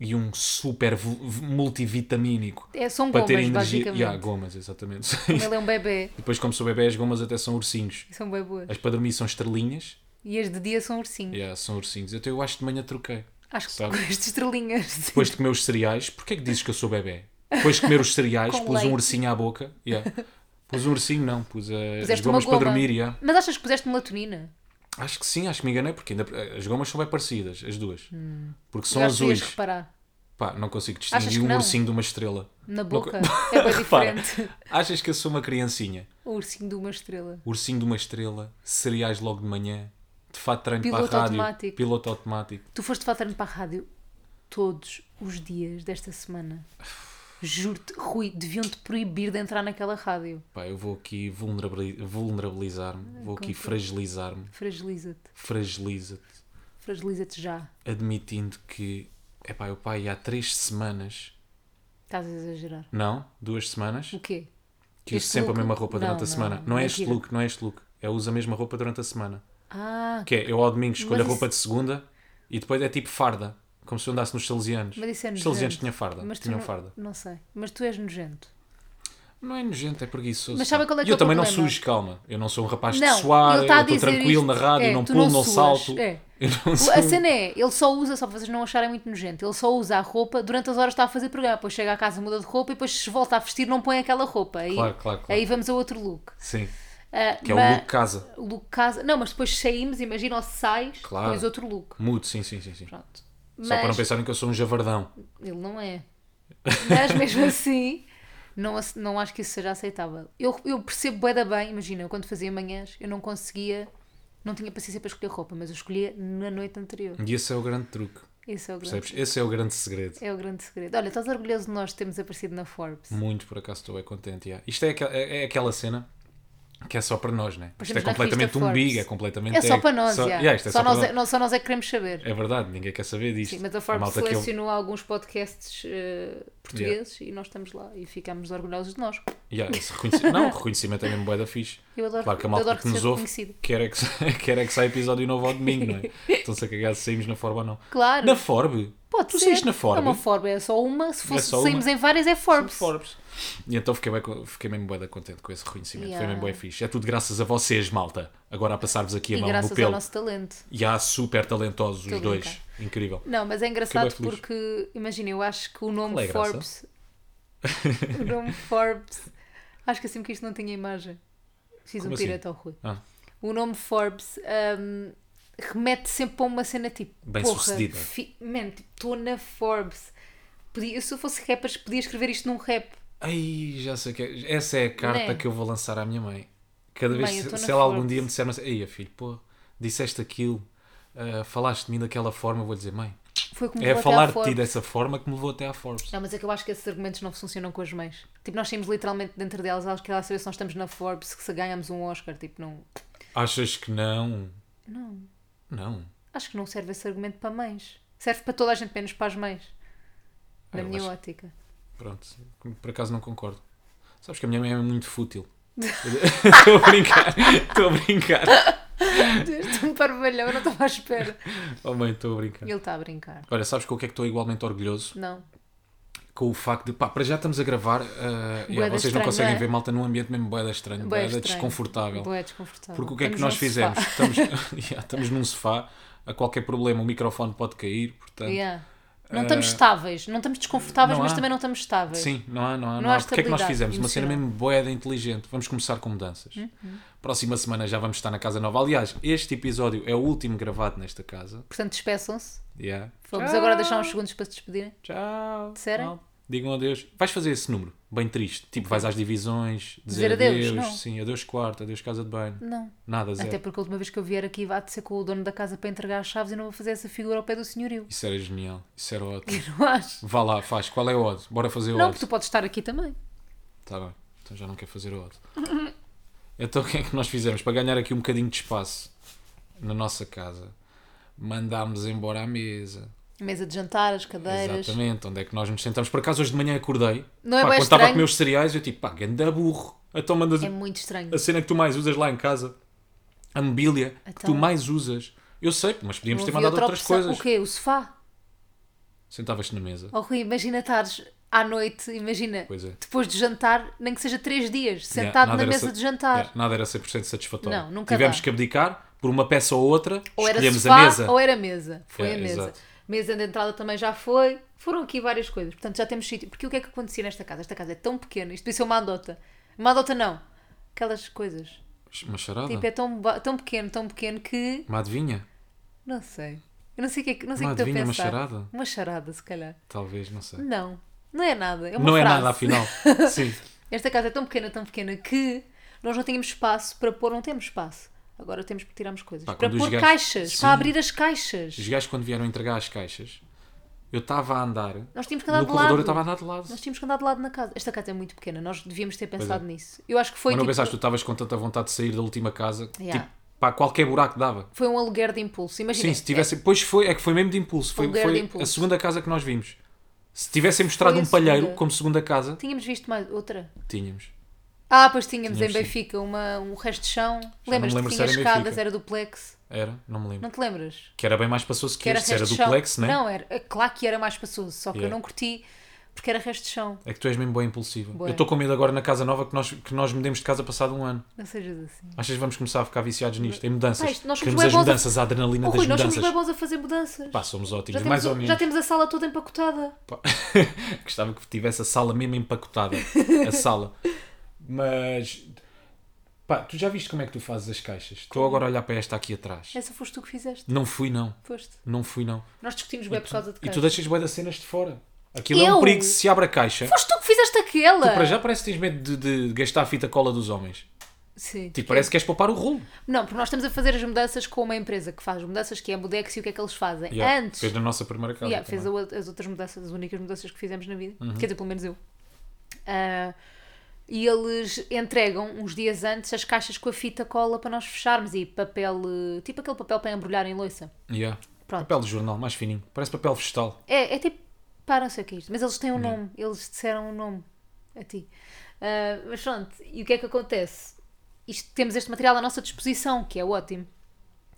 Speaker 2: e um super vu- vu- multivitamínico
Speaker 1: É, são
Speaker 2: para
Speaker 1: gomas,
Speaker 2: ter energia.
Speaker 1: basicamente.
Speaker 2: já, gomas, exatamente.
Speaker 1: Como Ele é um bebê. é um
Speaker 2: Depois, como sou bebê, as gomas até são ursinhos.
Speaker 1: E são bem boas.
Speaker 2: As para dormir são estrelinhas.
Speaker 1: E as de dia são ursinhos.
Speaker 2: já, são ursinhos. Então, eu acho que de manhã troquei.
Speaker 1: Acho que
Speaker 2: Sabe?
Speaker 1: com estas estrelinhas.
Speaker 2: depois de comer os cereais, porquê é que dizes que eu sou bebê? Depois de comer os cereais,
Speaker 1: Com
Speaker 2: pus
Speaker 1: leite.
Speaker 2: um ursinho à boca. Yeah. Pus um ursinho, não, pus uh, as
Speaker 1: Puseste
Speaker 2: gomas
Speaker 1: uma
Speaker 2: para
Speaker 1: goma.
Speaker 2: dormir. Yeah.
Speaker 1: Mas achas que puseste melatonina?
Speaker 2: Acho que sim, acho que me enganei, porque ainda, eh, as gomas são bem parecidas, as duas.
Speaker 1: Hum.
Speaker 2: Porque são
Speaker 1: Eu acho que devias
Speaker 2: azuis.
Speaker 1: reparar.
Speaker 2: Pá, não consigo
Speaker 1: Achas que
Speaker 2: distinguir um
Speaker 1: não?
Speaker 2: ursinho de uma estrela.
Speaker 1: Na
Speaker 2: co-
Speaker 1: boca. É bem
Speaker 2: Repara,
Speaker 1: diferente.
Speaker 2: achas que eu sou uma criancinha?
Speaker 1: O ursinho de uma estrela.
Speaker 2: Ursinho de uma estrela, cereais logo de manhã, de fato treino
Speaker 1: Piloto
Speaker 2: para a rádio,
Speaker 1: automático.
Speaker 2: piloto automático.
Speaker 1: Tu foste faltando para a rádio todos os dias desta semana. Juro-te, Rui, deviam-te proibir de entrar naquela rádio.
Speaker 2: Pá, eu vou aqui vulnerabili- vulnerabilizar-me, vou aqui fragilizar-me,
Speaker 1: Fragiliza-te.
Speaker 2: fragiliza-te.
Speaker 1: Fragiliza-te já.
Speaker 2: admitindo que epá, eu pai há três semanas,
Speaker 1: Estás a exagerar.
Speaker 2: não, duas semanas,
Speaker 1: O quê?
Speaker 2: que uso
Speaker 1: este
Speaker 2: sempre
Speaker 1: look-
Speaker 2: a mesma roupa
Speaker 1: não,
Speaker 2: durante
Speaker 1: não,
Speaker 2: a semana. Não, é este
Speaker 1: mentira.
Speaker 2: look, não é este look. Eu uso a mesma roupa durante a semana.
Speaker 1: Ah,
Speaker 2: Que é, eu ao domingo escolho
Speaker 1: Mas
Speaker 2: a roupa
Speaker 1: isso-
Speaker 2: de segunda e depois é tipo farda, como se eu andasse nos salesianos.
Speaker 1: mas isso é
Speaker 2: Os
Speaker 1: nojento.
Speaker 2: salesianos tinham farda,
Speaker 1: Mas tu
Speaker 2: tinham
Speaker 1: não,
Speaker 2: farda.
Speaker 1: Não sei. Mas tu és nojento.
Speaker 2: Não é nojento, é preguiçoso.
Speaker 1: Mas sabe qual é
Speaker 2: e
Speaker 1: que
Speaker 2: eu
Speaker 1: é o
Speaker 2: também não
Speaker 1: problema?
Speaker 2: sujo, calma. Eu não sou um rapaz
Speaker 1: Não,
Speaker 2: de suar,
Speaker 1: ele tá a
Speaker 2: eu estou
Speaker 1: dizer
Speaker 2: tranquilo
Speaker 1: isto.
Speaker 2: na rádio,
Speaker 1: É,
Speaker 2: não
Speaker 1: tu
Speaker 2: pulo,
Speaker 1: não
Speaker 2: não,
Speaker 1: suas,
Speaker 2: salto.
Speaker 1: é.
Speaker 2: Eu não sou...
Speaker 1: A cena é, ele só usa, só para vocês não acharem muito nojento, ele só usa a roupa durante as horas que está a fazer programa, depois chega à casa, muda de roupa e depois se volta a vestir não põe aquela roupa. Aí,
Speaker 2: Claro, claro, claro.
Speaker 1: aí vamos a outro look.
Speaker 2: Sim,
Speaker 1: Ah,
Speaker 2: que é o
Speaker 1: mas-
Speaker 2: look casa.
Speaker 1: o look casa. Não, mas depois saímos, imagina, ou sais,
Speaker 2: Claro.
Speaker 1: pões outro look.
Speaker 2: Mudo, sim, sim, sim. sim. Só
Speaker 1: Pronto.
Speaker 2: para não
Speaker 1: Mas-
Speaker 2: pensarem que eu sou um javardão.
Speaker 1: Ele não é. Mas mesmo assim, não, ace- não acho que isso seja aceitável. Eu, eu percebo bué bem, imagina, eu quando fazia manhãs, eu não conseguia, não tinha paciência para escolher roupa, mas eu escolhia na noite anterior.
Speaker 2: E esse é o grande truque,
Speaker 1: Esse é o grande,
Speaker 2: percebes? Esse é o grande segredo.
Speaker 1: é o grande segredo. Olha, estás orgulhoso
Speaker 2: Hum.
Speaker 1: de nós termos aparecido na Forbes?
Speaker 2: Muito, por acaso, estou bem contente. já. Isto é, aqua- é- é aquela cena Que é só para nós, né? Isto é
Speaker 1: estamos na
Speaker 2: completamente
Speaker 1: revista
Speaker 2: um big,
Speaker 1: Forbes.
Speaker 2: é completamente.
Speaker 1: É só para nós,
Speaker 2: só-
Speaker 1: já.
Speaker 2: yeah, isto é
Speaker 1: só,
Speaker 2: só para
Speaker 1: nós é,
Speaker 2: nós.
Speaker 1: não- só nós é que queremos saber.
Speaker 2: É verdade, ninguém quer saber disto.
Speaker 1: Sim, mas a Forbes
Speaker 2: malta que ouve-
Speaker 1: selecionou alguns podcasts eh, portugueses e nós estamos lá e ficamos orgulhosos de nós.
Speaker 2: Yeah, esse reconheci- Não, o reconhecimento é mesmo bué da fixe.
Speaker 1: Eu adoro,
Speaker 2: Claro que a
Speaker 1: eu
Speaker 2: malta
Speaker 1: adoro
Speaker 2: que nos
Speaker 1: ser
Speaker 2: ouve
Speaker 1: reconhecido.
Speaker 2: quer é que, sa- quer é que saia episódio novo ao domingo, não é? Estão-se a cagar se saímos na Forbe ou não.
Speaker 1: Claro,
Speaker 2: Na Forbe?
Speaker 1: pode
Speaker 2: tu
Speaker 1: ser.
Speaker 2: saíste na
Speaker 1: É
Speaker 2: Forbe?
Speaker 1: uma Forbes, é só uma. Se, fosse,
Speaker 2: só uma.
Speaker 1: saímos em várias, é Forbes.
Speaker 2: Forbes. E então fiquei, bem, co- fiquei mesmo bué da contente com esse reconhecimento.
Speaker 1: Yeah.
Speaker 2: Foi mesmo bué fixe. É tudo graças a vocês, malta. Agora a passar-vos aqui a
Speaker 1: E
Speaker 2: mão no
Speaker 1: graças ao
Speaker 2: pelo.
Speaker 1: nosso talento.
Speaker 2: E há super talentosos
Speaker 1: Tô
Speaker 2: os
Speaker 1: a
Speaker 2: dois. Incrível.
Speaker 1: Não, mas é engraçado
Speaker 2: feliz.
Speaker 1: porque, imagina, eu acho que o nome
Speaker 2: Qual é a graça?
Speaker 1: Forbes. o nome Forbes. Acho que assim que isto não tinha imagem. Fiz
Speaker 2: Como
Speaker 1: um
Speaker 2: assim?
Speaker 1: pirata ao Rui.
Speaker 2: Ah.
Speaker 1: O nome Forbes hum, remete sempre a uma cena tipo.
Speaker 2: Bem
Speaker 1: porra,
Speaker 2: sucedida.
Speaker 1: fi- Man, tipo, estou na Forbes. Podia, eu, se eu fosse rapper, podia escrever isto num rap.
Speaker 2: Ai, já sei que é. Essa é a carta
Speaker 1: Né?
Speaker 2: que eu vou lançar à minha mãe. Cada
Speaker 1: Mãe, eu
Speaker 2: vez
Speaker 1: tô
Speaker 2: se,
Speaker 1: na
Speaker 2: se ela algum
Speaker 1: Forbes.
Speaker 2: dia me disser, mas ei, filho, pô, disseste aquilo, ah, falaste de mim daquela forma, eu vou dizer, mãe,
Speaker 1: Foi como
Speaker 2: é
Speaker 1: até à
Speaker 2: falar de ti
Speaker 1: Forbes.
Speaker 2: dessa forma que me levou até à Forbes.
Speaker 1: Não, mas é que eu acho que esses argumentos não funcionam com as mães. Tipo, nós saímos literalmente dentro delas, elas querem lá saber se nós estamos na Forbes, que se ganhamos um Oscar. Tipo, não.
Speaker 2: Achas que não?
Speaker 1: Não.
Speaker 2: Não.
Speaker 1: Acho que não serve esse argumento para mães. Serve para toda a gente, menos para as mães. Na
Speaker 2: Eu
Speaker 1: minha
Speaker 2: acho-
Speaker 1: ótica.
Speaker 2: Pronto, por acaso não concordo. Sabes que a minha mãe é muito fútil. Estou a brincar, estou a brincar.
Speaker 1: Estou um parvalhão, eu não estava à espera.
Speaker 2: Oh mãe, estou a brincar.
Speaker 1: Ele está a brincar.
Speaker 2: Olha, sabes com o que é que estou igualmente orgulhoso?
Speaker 1: Não.
Speaker 2: Com o facto de, pá, para já estamos a gravar, ah, yeah,
Speaker 1: da
Speaker 2: vocês
Speaker 1: estranho,
Speaker 2: não conseguem
Speaker 1: não é?
Speaker 2: ver malta num ambiente mesmo boeda estranho,
Speaker 1: Bué
Speaker 2: boeda
Speaker 1: estranho.
Speaker 2: desconfortável.
Speaker 1: Bué desconfortável.
Speaker 2: Porque o que é que
Speaker 1: Estamos
Speaker 2: nós
Speaker 1: num
Speaker 2: fizemos?
Speaker 1: sofá.
Speaker 2: Estamos, yeah, estamos num sofá, a qualquer problema o microfone pode cair, portanto. eh,
Speaker 1: Yeah. Não estamos estáveis. Não estamos desconfortáveis,
Speaker 2: não
Speaker 1: mas
Speaker 2: há.
Speaker 1: também não estamos estáveis.
Speaker 2: Sim, não há, não há, não,
Speaker 1: há
Speaker 2: há. Porque é que nós
Speaker 1: estabilidade
Speaker 2: fizemos? Uma cena
Speaker 1: emocional.
Speaker 2: mesmo boeda inteligente. Vamos começar com mudanças.
Speaker 1: Uhum.
Speaker 2: Próxima semana já vamos estar na Casa Nova. Aliás, este episódio é o último gravado nesta casa.
Speaker 1: Portanto, despeçam-se.
Speaker 2: Yeah.
Speaker 1: Vamos agora deixar uns segundos para se despedirem.
Speaker 2: Tchau.
Speaker 1: Disseram?
Speaker 2: Mal. Digam adeus. Vais fazer esse número, bem triste. Tipo, vais às divisões,
Speaker 1: Dizer
Speaker 2: dizer,
Speaker 1: adeus,
Speaker 2: adeus.
Speaker 1: não.
Speaker 2: Sim, adeus quarto, adeus casa de banho.
Speaker 1: Não.
Speaker 2: Nada, zero.
Speaker 1: Até porque a última vez que eu vier aqui, vai ser com o dono da casa para entregar as chaves e não vou fazer essa figura ao pé do senhorio.
Speaker 2: Isso era genial. Isso era ótimo.
Speaker 1: Não acho.
Speaker 2: Vá lá, faz. Qual é o odd? Bora fazer o
Speaker 1: Não,
Speaker 2: odd.
Speaker 1: porque tu podes estar aqui também.
Speaker 2: Tá bem. Então já não quer fazer o odd. então o que é que nós fizemos? Para ganhar aqui um bocadinho de espaço na nossa casa, mandámos embora a mesa.
Speaker 1: Mesa de jantar, as cadeiras.
Speaker 2: Exatamente, onde é que nós nos sentamos? Por acaso hoje de manhã acordei.
Speaker 1: Não é
Speaker 2: pá,
Speaker 1: bué
Speaker 2: quando estava a
Speaker 1: estranho?
Speaker 2: comer os cereais, eu tipo, pá, ganda burro. Então mandas
Speaker 1: É muito estranho.
Speaker 2: a cena que tu mais usas lá em casa, a mobília que tu
Speaker 1: Então?
Speaker 2: mais usas. Eu sei, mas podíamos
Speaker 1: Não
Speaker 2: ter
Speaker 1: havia
Speaker 2: mandado outras
Speaker 1: opção.
Speaker 2: coisas.
Speaker 1: O quê? O sofá?
Speaker 2: Sentavas-te na mesa.
Speaker 1: Oh, Rui, imagina estares à noite, imagina,
Speaker 2: Pois é.
Speaker 1: depois de jantar, nem que seja três dias,
Speaker 2: Yeah,
Speaker 1: sentado
Speaker 2: nada
Speaker 1: na
Speaker 2: era
Speaker 1: mesa
Speaker 2: sa-
Speaker 1: de jantar.
Speaker 2: yeah, nada era 100% satisfatório.
Speaker 1: Não, nunca
Speaker 2: Tivemos
Speaker 1: dá.
Speaker 2: que abdicar por uma peça ou outra,
Speaker 1: Ou era
Speaker 2: escolhemos
Speaker 1: sofá,
Speaker 2: a mesa.
Speaker 1: ou era mesa. Foi
Speaker 2: Yeah,
Speaker 1: a mesa.
Speaker 2: exato.
Speaker 1: Mesa de entrada também já foi. Foram aqui várias coisas. Portanto, já temos sítio. Porque o que é que acontecia nesta casa? Esta casa é tão pequena. Isto devia ser uma andota. Uma andota não. Aquelas coisas.
Speaker 2: Uma charada?
Speaker 1: Tipo, é tão, ba- tão pequeno, tão pequeno que...
Speaker 2: Uma adivinha?
Speaker 1: Não sei. Eu não sei o que é que, não sei o
Speaker 2: Uma
Speaker 1: que estou a
Speaker 2: adivinha, uma
Speaker 1: pensar.
Speaker 2: charada?
Speaker 1: Uma charada, se calhar.
Speaker 2: Talvez, não sei.
Speaker 1: Não. Não é nada. É uma
Speaker 2: Não é
Speaker 1: frase.
Speaker 2: nada, afinal. Sim.
Speaker 1: Esta casa é tão pequena, tão pequena que nós não tínhamos espaço para pôr, não temos espaço. Agora temos que tirarmos coisas.
Speaker 2: Pá,
Speaker 1: para
Speaker 2: quando
Speaker 1: pôr
Speaker 2: os gajos-
Speaker 1: caixas,
Speaker 2: Sim.
Speaker 1: para abrir as caixas.
Speaker 2: Os gajos, quando vieram entregar as caixas, eu estava a andar.
Speaker 1: Nós tínhamos que andar
Speaker 2: No
Speaker 1: de
Speaker 2: corredor eu
Speaker 1: lado.
Speaker 2: estava a andar de lado.
Speaker 1: Nós tínhamos que andar de lado na casa. Esta casa é muito pequena, nós devíamos ter pensado nisso. Eu acho que foi
Speaker 2: é. Mas não
Speaker 1: tipo,
Speaker 2: pensaste, tu estavas com tanta vontade de sair da última casa,
Speaker 1: Yeah.
Speaker 2: tipo, para qualquer buraco dava.
Speaker 1: foi um aluguer de impulso. Imagina.
Speaker 2: Sim, se tivesse. Pois foi, é que foi mesmo de impulso. Foi,
Speaker 1: Lugar
Speaker 2: foi
Speaker 1: de impulso.
Speaker 2: a segunda casa que nós vimos. Se tivessem mostrado
Speaker 1: Foi a
Speaker 2: um palheiro
Speaker 1: segunda.
Speaker 2: como segunda casa,
Speaker 1: é, tínhamos visto mais outra.
Speaker 2: tínhamos.
Speaker 1: Ah, pois tínhamos,
Speaker 2: Tínhamos,
Speaker 1: em
Speaker 2: sim.
Speaker 1: Benfica uma, um resto de chão. Lembras-te
Speaker 2: lembro
Speaker 1: que
Speaker 2: se
Speaker 1: tinha
Speaker 2: era em
Speaker 1: escadas,
Speaker 2: Benfica.
Speaker 1: era duplex.
Speaker 2: Era? Não me lembro.
Speaker 1: Não te lembras?
Speaker 2: Que era bem mais passoso que,
Speaker 1: Que era
Speaker 2: este. Era
Speaker 1: resto de chão.
Speaker 2: duplex, né?
Speaker 1: Não, era. Claro que era mais espaçoso, só que eu
Speaker 2: Yeah.
Speaker 1: não curti porque era resto de chão.
Speaker 2: É que tu és mesmo bem impulsiva.
Speaker 1: Bué.
Speaker 2: Eu estou com medo agora na casa nova que nós, que nós mudemos de casa passado um ano.
Speaker 1: Não sejas assim.
Speaker 2: Achas que vamos começar a ficar viciados nisto? Em mudanças.
Speaker 1: Pá, isto- nós somos
Speaker 2: Queremos
Speaker 1: bué
Speaker 2: as
Speaker 1: bons a-
Speaker 2: mudanças, a, adrenalina
Speaker 1: Oh,
Speaker 2: das
Speaker 1: Rui, nós somos
Speaker 2: mudanças.
Speaker 1: bem bons a fazer mudanças.
Speaker 2: Pá, somos
Speaker 1: já,
Speaker 2: ótimos.
Speaker 1: temos,
Speaker 2: Mais
Speaker 1: o-
Speaker 2: ou
Speaker 1: já
Speaker 2: menos.
Speaker 1: temos a sala toda empacotada.
Speaker 2: Pá, Gostava que tivesse a sala mesmo empacotada. A sala. Mas. Pá, tu já viste como é que tu fazes as caixas? Estou agora a olhar para esta aqui atrás.
Speaker 1: Essa foste tu que fizeste.
Speaker 2: Não fui, não.
Speaker 1: Foste.
Speaker 2: Não fui, não.
Speaker 1: Nós discutimos bem por causa de
Speaker 2: E
Speaker 1: caixas.
Speaker 2: tu deixas bué das cenas de fora. Aquilo é
Speaker 1: Eu?
Speaker 2: um perigo. Se se abre a caixa,
Speaker 1: Foste tu que fizeste aquela.
Speaker 2: para já parece que tens medo de, de gastar a fita cola dos homens.
Speaker 1: Sim.
Speaker 2: Tipo, parece que queres poupar o rolo.
Speaker 1: Não, porque nós estamos a fazer as mudanças com uma empresa que faz mudanças, que é a Budex, e o que é que eles fazem?
Speaker 2: Yeah,
Speaker 1: Antes.
Speaker 2: Fez na nossa primeira casa.
Speaker 1: Yeah, fez
Speaker 2: também. Uhum.
Speaker 1: a ou- as outras mudanças, as únicas mudanças que fizemos na vida. Quer dizer, pelo menos eu. Ah, e eles entregam uns dias antes as caixas com a fita cola para nós fecharmos e papel, eh, tipo aquele papel para embrulhar em louça.
Speaker 2: Yeah.
Speaker 1: Pronto.
Speaker 2: Papel de jornal, mais fininho. Parece papel vegetal.
Speaker 1: É, é tipo, pá, não sei o que é isto, mas eles
Speaker 2: Hum.
Speaker 1: têm um nome, eles disseram um nome a ti. Ah, mas pronto, e o que é que acontece? Isto, temos este material à nossa disposição, que é ótimo,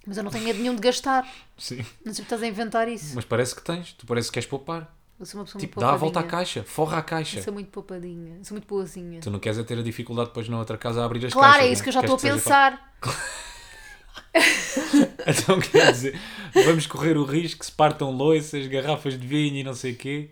Speaker 1: mas eu não tenho medo nenhum de gastar.
Speaker 2: Sim.
Speaker 1: Não sei porque estás a inventar isso.
Speaker 2: Mas parece que tens. Tu parece que queres poupar.
Speaker 1: Eu sou uma pessoa
Speaker 2: Tipo,
Speaker 1: muito
Speaker 2: dá a
Speaker 1: poupadinha.
Speaker 2: volta à caixa. Forra a caixa.
Speaker 1: Eu Sou muito poupadinha, sou muito boazinha.
Speaker 2: Tu não queres é ter a dificuldade depois na outra casa a abrir as
Speaker 1: Claro,
Speaker 2: caixas.
Speaker 1: é isso
Speaker 2: não
Speaker 1: que eu já
Speaker 2: Queres
Speaker 1: estou a
Speaker 2: que seja fácil.
Speaker 1: pensar.
Speaker 2: Então quer dizer, vamos correr o risco que se partam loiças, garrafas de vinho e não sei o quê.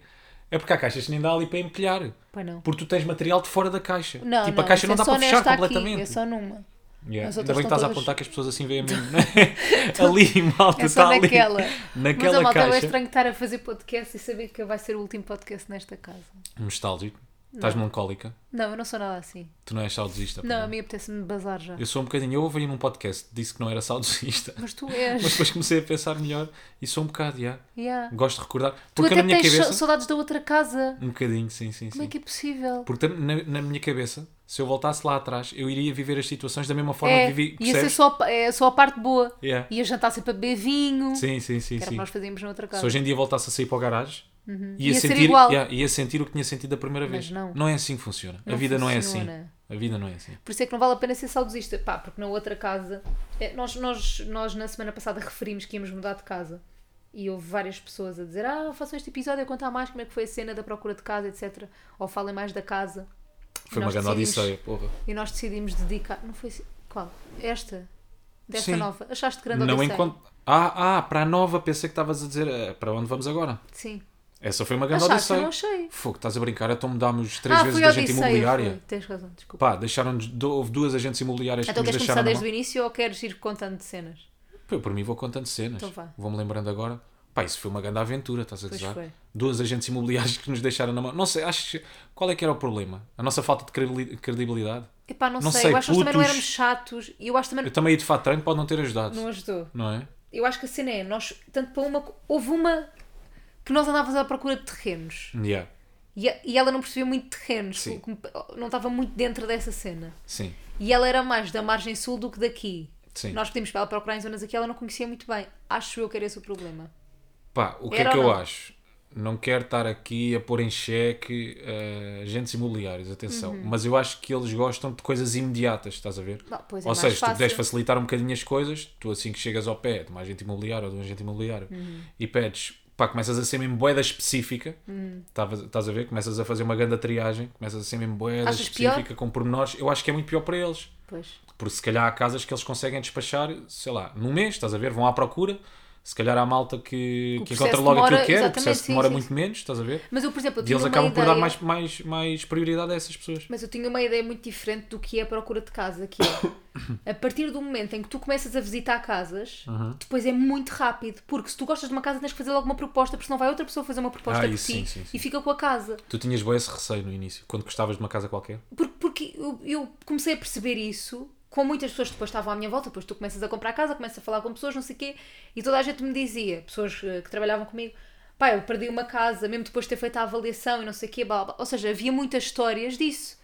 Speaker 2: É porque há caixas que nem dá ali para empilhar.
Speaker 1: Pois não.
Speaker 2: Porque tu tens material de fora da caixa.
Speaker 1: Não,
Speaker 2: tipo,
Speaker 1: não,
Speaker 2: a
Speaker 1: isso
Speaker 2: caixa não
Speaker 1: é
Speaker 2: dá
Speaker 1: só
Speaker 2: para fechar
Speaker 1: nesta
Speaker 2: completamente.
Speaker 1: Aqui, é só numa.
Speaker 2: Yeah.
Speaker 1: As outras
Speaker 2: Ainda bem que
Speaker 1: estão
Speaker 2: estás a
Speaker 1: todas-
Speaker 2: apontar que as pessoas assim veem mesmo. né? ali, malta,
Speaker 1: É
Speaker 2: está
Speaker 1: só
Speaker 2: tá ali.
Speaker 1: naquela. Mas a
Speaker 2: Naquela
Speaker 1: malta é
Speaker 2: caixa.
Speaker 1: estranho estar a fazer podcast e saber que vai ser o último podcast nesta casa.
Speaker 2: Nostálgico. Estás melancólica.
Speaker 1: Não, eu não sou nada assim.
Speaker 2: Tu não és saudosista.
Speaker 1: Não,
Speaker 2: pá.
Speaker 1: a mim apetece-me bazar já.
Speaker 2: Eu sou um bocadinho. Eu ouvi num podcast, disse que não era saudosista.
Speaker 1: Mas tu és.
Speaker 2: Mas depois comecei a pensar melhor e sou um bocado, já.
Speaker 1: Yeah.
Speaker 2: Gosto de recordar.
Speaker 1: Tu
Speaker 2: Porque
Speaker 1: até
Speaker 2: na minha
Speaker 1: tens
Speaker 2: cabeça.
Speaker 1: sa- saudades da outra casa.
Speaker 2: Um bocadinho, sim, sim,
Speaker 1: Como é
Speaker 2: sim.
Speaker 1: que é possível?
Speaker 2: Porque tam- na, na minha cabeça, se eu voltasse lá atrás, eu iria viver as situações da mesma forma
Speaker 1: é,
Speaker 2: que vivi.
Speaker 1: ia ser
Speaker 2: Percebes?
Speaker 1: só, a pa- é só a parte boa.
Speaker 2: Yeah.
Speaker 1: Ia jantar sempre a beber vinho.
Speaker 2: Sim, sim, sim.
Speaker 1: que era o que
Speaker 2: sim.
Speaker 1: nós fazíamos na outra
Speaker 2: Se
Speaker 1: casa.
Speaker 2: hoje em dia voltasse a sair para o garagem, ia,
Speaker 1: Ia ser
Speaker 2: sentir,
Speaker 1: igual.
Speaker 2: yeah, ia sentir o que tinha sentido da primeira
Speaker 1: Mas
Speaker 2: vez.
Speaker 1: não.
Speaker 2: é assim que funciona.
Speaker 1: Não
Speaker 2: a vida não é assim.
Speaker 1: funciona.
Speaker 2: A vida não é assim.
Speaker 1: Por isso é que não vale a pena ser saudosista. Pá, porque na outra casa. eh, Nós, nós, nós na semana passada referimos que íamos mudar de casa. E houve várias pessoas a dizer: Ah, façam este episódio a contar mais como é que foi a cena da procura de casa, etc. Ou falem mais da casa.
Speaker 2: Foi
Speaker 1: Nós
Speaker 2: uma grande
Speaker 1: decidimos-
Speaker 2: odisseia, porra.
Speaker 1: E nós decidimos dedicar. Não foi. assim- Qual? Esta? Desta
Speaker 2: Sim.
Speaker 1: nova? Achaste grande
Speaker 2: Não
Speaker 1: odisseia?
Speaker 2: encontro. Ah, ah, para a nova, pensei que estavas a dizer eh, para onde vamos agora.
Speaker 1: Sim.
Speaker 2: Essa foi uma grande
Speaker 1: Achaste? Eu
Speaker 2: odisseia.
Speaker 1: não achei.
Speaker 2: Fogo, estás a brincar, então mudámos três
Speaker 1: ah,
Speaker 2: vezes
Speaker 1: foi
Speaker 2: de
Speaker 1: a
Speaker 2: agente
Speaker 1: odisseia.
Speaker 2: imobiliária.
Speaker 1: Foi. Tens razão, desculpa.
Speaker 2: Pá, deixaram-nos. do- Houve duas agentes imobiliárias
Speaker 1: então
Speaker 2: que nos
Speaker 1: queres começar
Speaker 2: deixaram.
Speaker 1: desde
Speaker 2: na
Speaker 1: o início ou queres ir contando de cenas?
Speaker 2: mão. Pô, Eu, por mim, vou contando cenas.
Speaker 1: Então vá.
Speaker 2: Vou-me lembrando agora. Pá, isso foi uma grande aventura, estás a
Speaker 1: Pois
Speaker 2: gozar?
Speaker 1: foi.
Speaker 2: Duas agentes imobiliárias que nos deixaram na mão. Não sei, acho. que- Qual é que era o problema? A nossa falta de credi- credibilidade?
Speaker 1: Epá, não,
Speaker 2: Não
Speaker 1: sei.
Speaker 2: sei,
Speaker 1: Eu acho que nós também não
Speaker 2: putos.
Speaker 1: éramos chatos e eu acho também.
Speaker 2: Eu também ir de fato treino pode não ter ajudado.
Speaker 1: Não
Speaker 2: Não,
Speaker 1: ajudou.
Speaker 2: é?
Speaker 1: Eu acho que a cena é, nós, tanto para uma. Houve uma que nós andávamos à procura de terrenos
Speaker 2: Yeah.
Speaker 1: e, a- e ela não percebia muito de terrenos,
Speaker 2: Sim.
Speaker 1: o que me- não estava muito dentro dessa cena.
Speaker 2: Sim.
Speaker 1: E ela era mais da margem sul do que daqui.
Speaker 2: Sim.
Speaker 1: Nós pedimos para ela procurar em zonas aqui, ela não conhecia muito bem. Acho eu que era esse o problema.
Speaker 2: Pá, o que
Speaker 1: Era
Speaker 2: é que
Speaker 1: ou
Speaker 2: eu
Speaker 1: não?
Speaker 2: acho? Não quero estar aqui a pôr em xeque eh, agentes imobiliários, atenção.
Speaker 1: Uhum.
Speaker 2: Mas eu acho que eles gostam de coisas imediatas, estás a ver?
Speaker 1: Não, pois é
Speaker 2: ou
Speaker 1: mais
Speaker 2: seja, se tu
Speaker 1: fácil.
Speaker 2: puderes facilitar um bocadinho as coisas, tu assim que chegas ao pé de uma agente imobiliária ou de um agente imobiliário
Speaker 1: Uhum.
Speaker 2: e pedes, pá, começas a ser mesmo boeda específica,
Speaker 1: Uhum.
Speaker 2: Tavas- estás a ver? Começas a fazer uma grande triagem, começas a ser mesmo boeda
Speaker 1: Achas pior?
Speaker 2: específica, com pormenores. Eu acho que é muito pior para eles.
Speaker 1: Pois.
Speaker 2: Porque se calhar há casas que eles conseguem despachar, sei lá, num mês, estás a ver? Vão à procura. Se calhar há malta que,
Speaker 1: O
Speaker 2: que
Speaker 1: processo
Speaker 2: encontra logo aquilo
Speaker 1: demora-
Speaker 2: que quer, o
Speaker 1: exatamente,
Speaker 2: processo
Speaker 1: sim,
Speaker 2: demora
Speaker 1: sim,
Speaker 2: muito
Speaker 1: sim.
Speaker 2: menos, estás a ver?
Speaker 1: Mas eu, por exemplo, eu
Speaker 2: E
Speaker 1: tinha
Speaker 2: eles
Speaker 1: uma
Speaker 2: acabam
Speaker 1: ideia...
Speaker 2: por dar mais, mais, mais prioridade a essas pessoas.
Speaker 1: Mas eu tinha uma ideia muito diferente do que é a procura de casa, que é a partir do momento em que tu começas a visitar casas,
Speaker 2: Uhum.
Speaker 1: depois é muito rápido, porque se tu gostas de uma casa tens que fazer logo uma proposta, porque senão vai outra pessoa fazer uma proposta
Speaker 2: Ah,
Speaker 1: por
Speaker 2: isso
Speaker 1: ti
Speaker 2: sim, sim, sim.
Speaker 1: e fica com a casa.
Speaker 2: Tu tinhas bem esse receio no início, quando gostavas de uma casa qualquer?
Speaker 1: Por- Porque, eu, eu comecei a perceber isso com muitas pessoas que depois estavam à minha volta, depois tu começas a comprar casa, começas a falar com pessoas, não sei o quê, e toda a gente me dizia, pessoas eh, que trabalhavam comigo, pá, eu perdi uma casa, mesmo depois de ter feito a avaliação e não sei o quê, blá, blá, blá. ou seja, havia muitas histórias disso.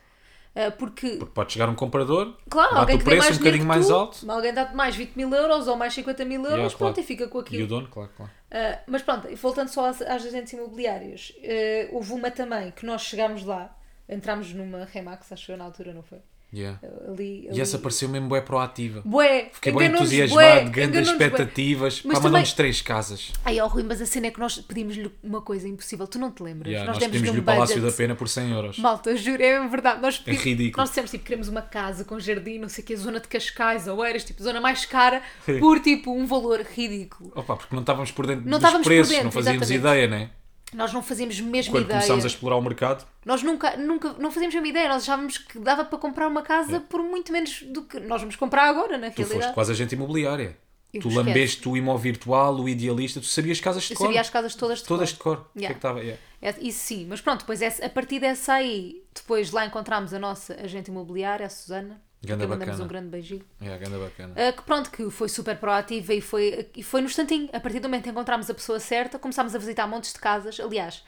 Speaker 1: Ah, Porque
Speaker 2: Porque pode chegar um comprador,
Speaker 1: Claro,
Speaker 2: bate
Speaker 1: alguém
Speaker 2: o
Speaker 1: que dê
Speaker 2: preço
Speaker 1: mais
Speaker 2: um bocadinho
Speaker 1: dinheiro que
Speaker 2: mais
Speaker 1: tu,
Speaker 2: alto.
Speaker 1: Alguém dá-te mais 20 mil euros ou mais 50 mil euros,
Speaker 2: Yeah,
Speaker 1: pronto,
Speaker 2: claro.
Speaker 1: e fica com
Speaker 2: E o
Speaker 1: aquilo.
Speaker 2: dono, claro, claro.
Speaker 1: Ah, mas pronto, e voltando só às, às agentes imobiliárias, ah, houve uma também que nós chegámos lá, entrámos numa Remax, acho eu, na altura, não foi?
Speaker 2: Yeah.
Speaker 1: Ali, ali.
Speaker 2: E essa pareceu mesmo bué proativa.
Speaker 1: Bué,
Speaker 2: Fiquei bem
Speaker 1: enganou-nos,
Speaker 2: entusiasmado,
Speaker 1: bué,
Speaker 2: grandes
Speaker 1: enganou-nos, bué.
Speaker 2: expectativas. Pá,
Speaker 1: Mas também-
Speaker 2: mandou-nos três casas.
Speaker 1: Ai, ó Rui, mas a cena é que nós pedimos-lhe uma coisa impossível, tu não te lembras?
Speaker 2: Yeah, nós
Speaker 1: demos-lhe
Speaker 2: pedimos-lhe
Speaker 1: um
Speaker 2: o Palácio da
Speaker 1: budget.
Speaker 2: Pena por 100 euros.
Speaker 1: Malta, eu juro, é mesmo verdade. Nós pedimos-
Speaker 2: ridículo.
Speaker 1: Nós dissemos tipo, queremos uma casa com jardim, não sei o que, zona de Cascais ou Eiras, tipo, zona mais cara,
Speaker 2: Sim.
Speaker 1: por tipo um valor ridículo.
Speaker 2: Opa, porque não estávamos por dentro
Speaker 1: Não
Speaker 2: dos
Speaker 1: estávamos por
Speaker 2: preços,
Speaker 1: dentro,
Speaker 2: não fazíamos
Speaker 1: exatamente.
Speaker 2: ideia, né?
Speaker 1: Nós não fazíamos mesmo
Speaker 2: Quando
Speaker 1: ideia.
Speaker 2: começámos a explorar o mercado,
Speaker 1: Nós nunca, nunca, não fazíamos mesmo ideia. Nós achávamos que dava para comprar uma casa por muito menos do que nós vamos comprar agora, na
Speaker 2: É. tu foste
Speaker 1: realidade.
Speaker 2: quase agente imobiliária.
Speaker 1: Eu
Speaker 2: tu
Speaker 1: esquece.
Speaker 2: lambeste o imóvel virtual, o idealista, tu sabias casas de
Speaker 1: Eu
Speaker 2: cor.
Speaker 1: sabia as casas todas de
Speaker 2: Todas
Speaker 1: cor.
Speaker 2: de cor. O que é
Speaker 1: Yeah.
Speaker 2: que estava? yeah.
Speaker 1: É, Isso sim, mas pronto, depois essa- a partir dessa aí, depois lá encontramos a nossa agente imobiliária, a Susana.
Speaker 2: Ganda
Speaker 1: que mandamos
Speaker 2: bacana.
Speaker 1: um grande beijinho.
Speaker 2: Yeah, ganda bacana.
Speaker 1: Ah, que pronto, que foi super proativa e foi, e foi no instantinho. A partir do momento em que encontramos a pessoa certa, começámos a visitar montes de casas. Aliás,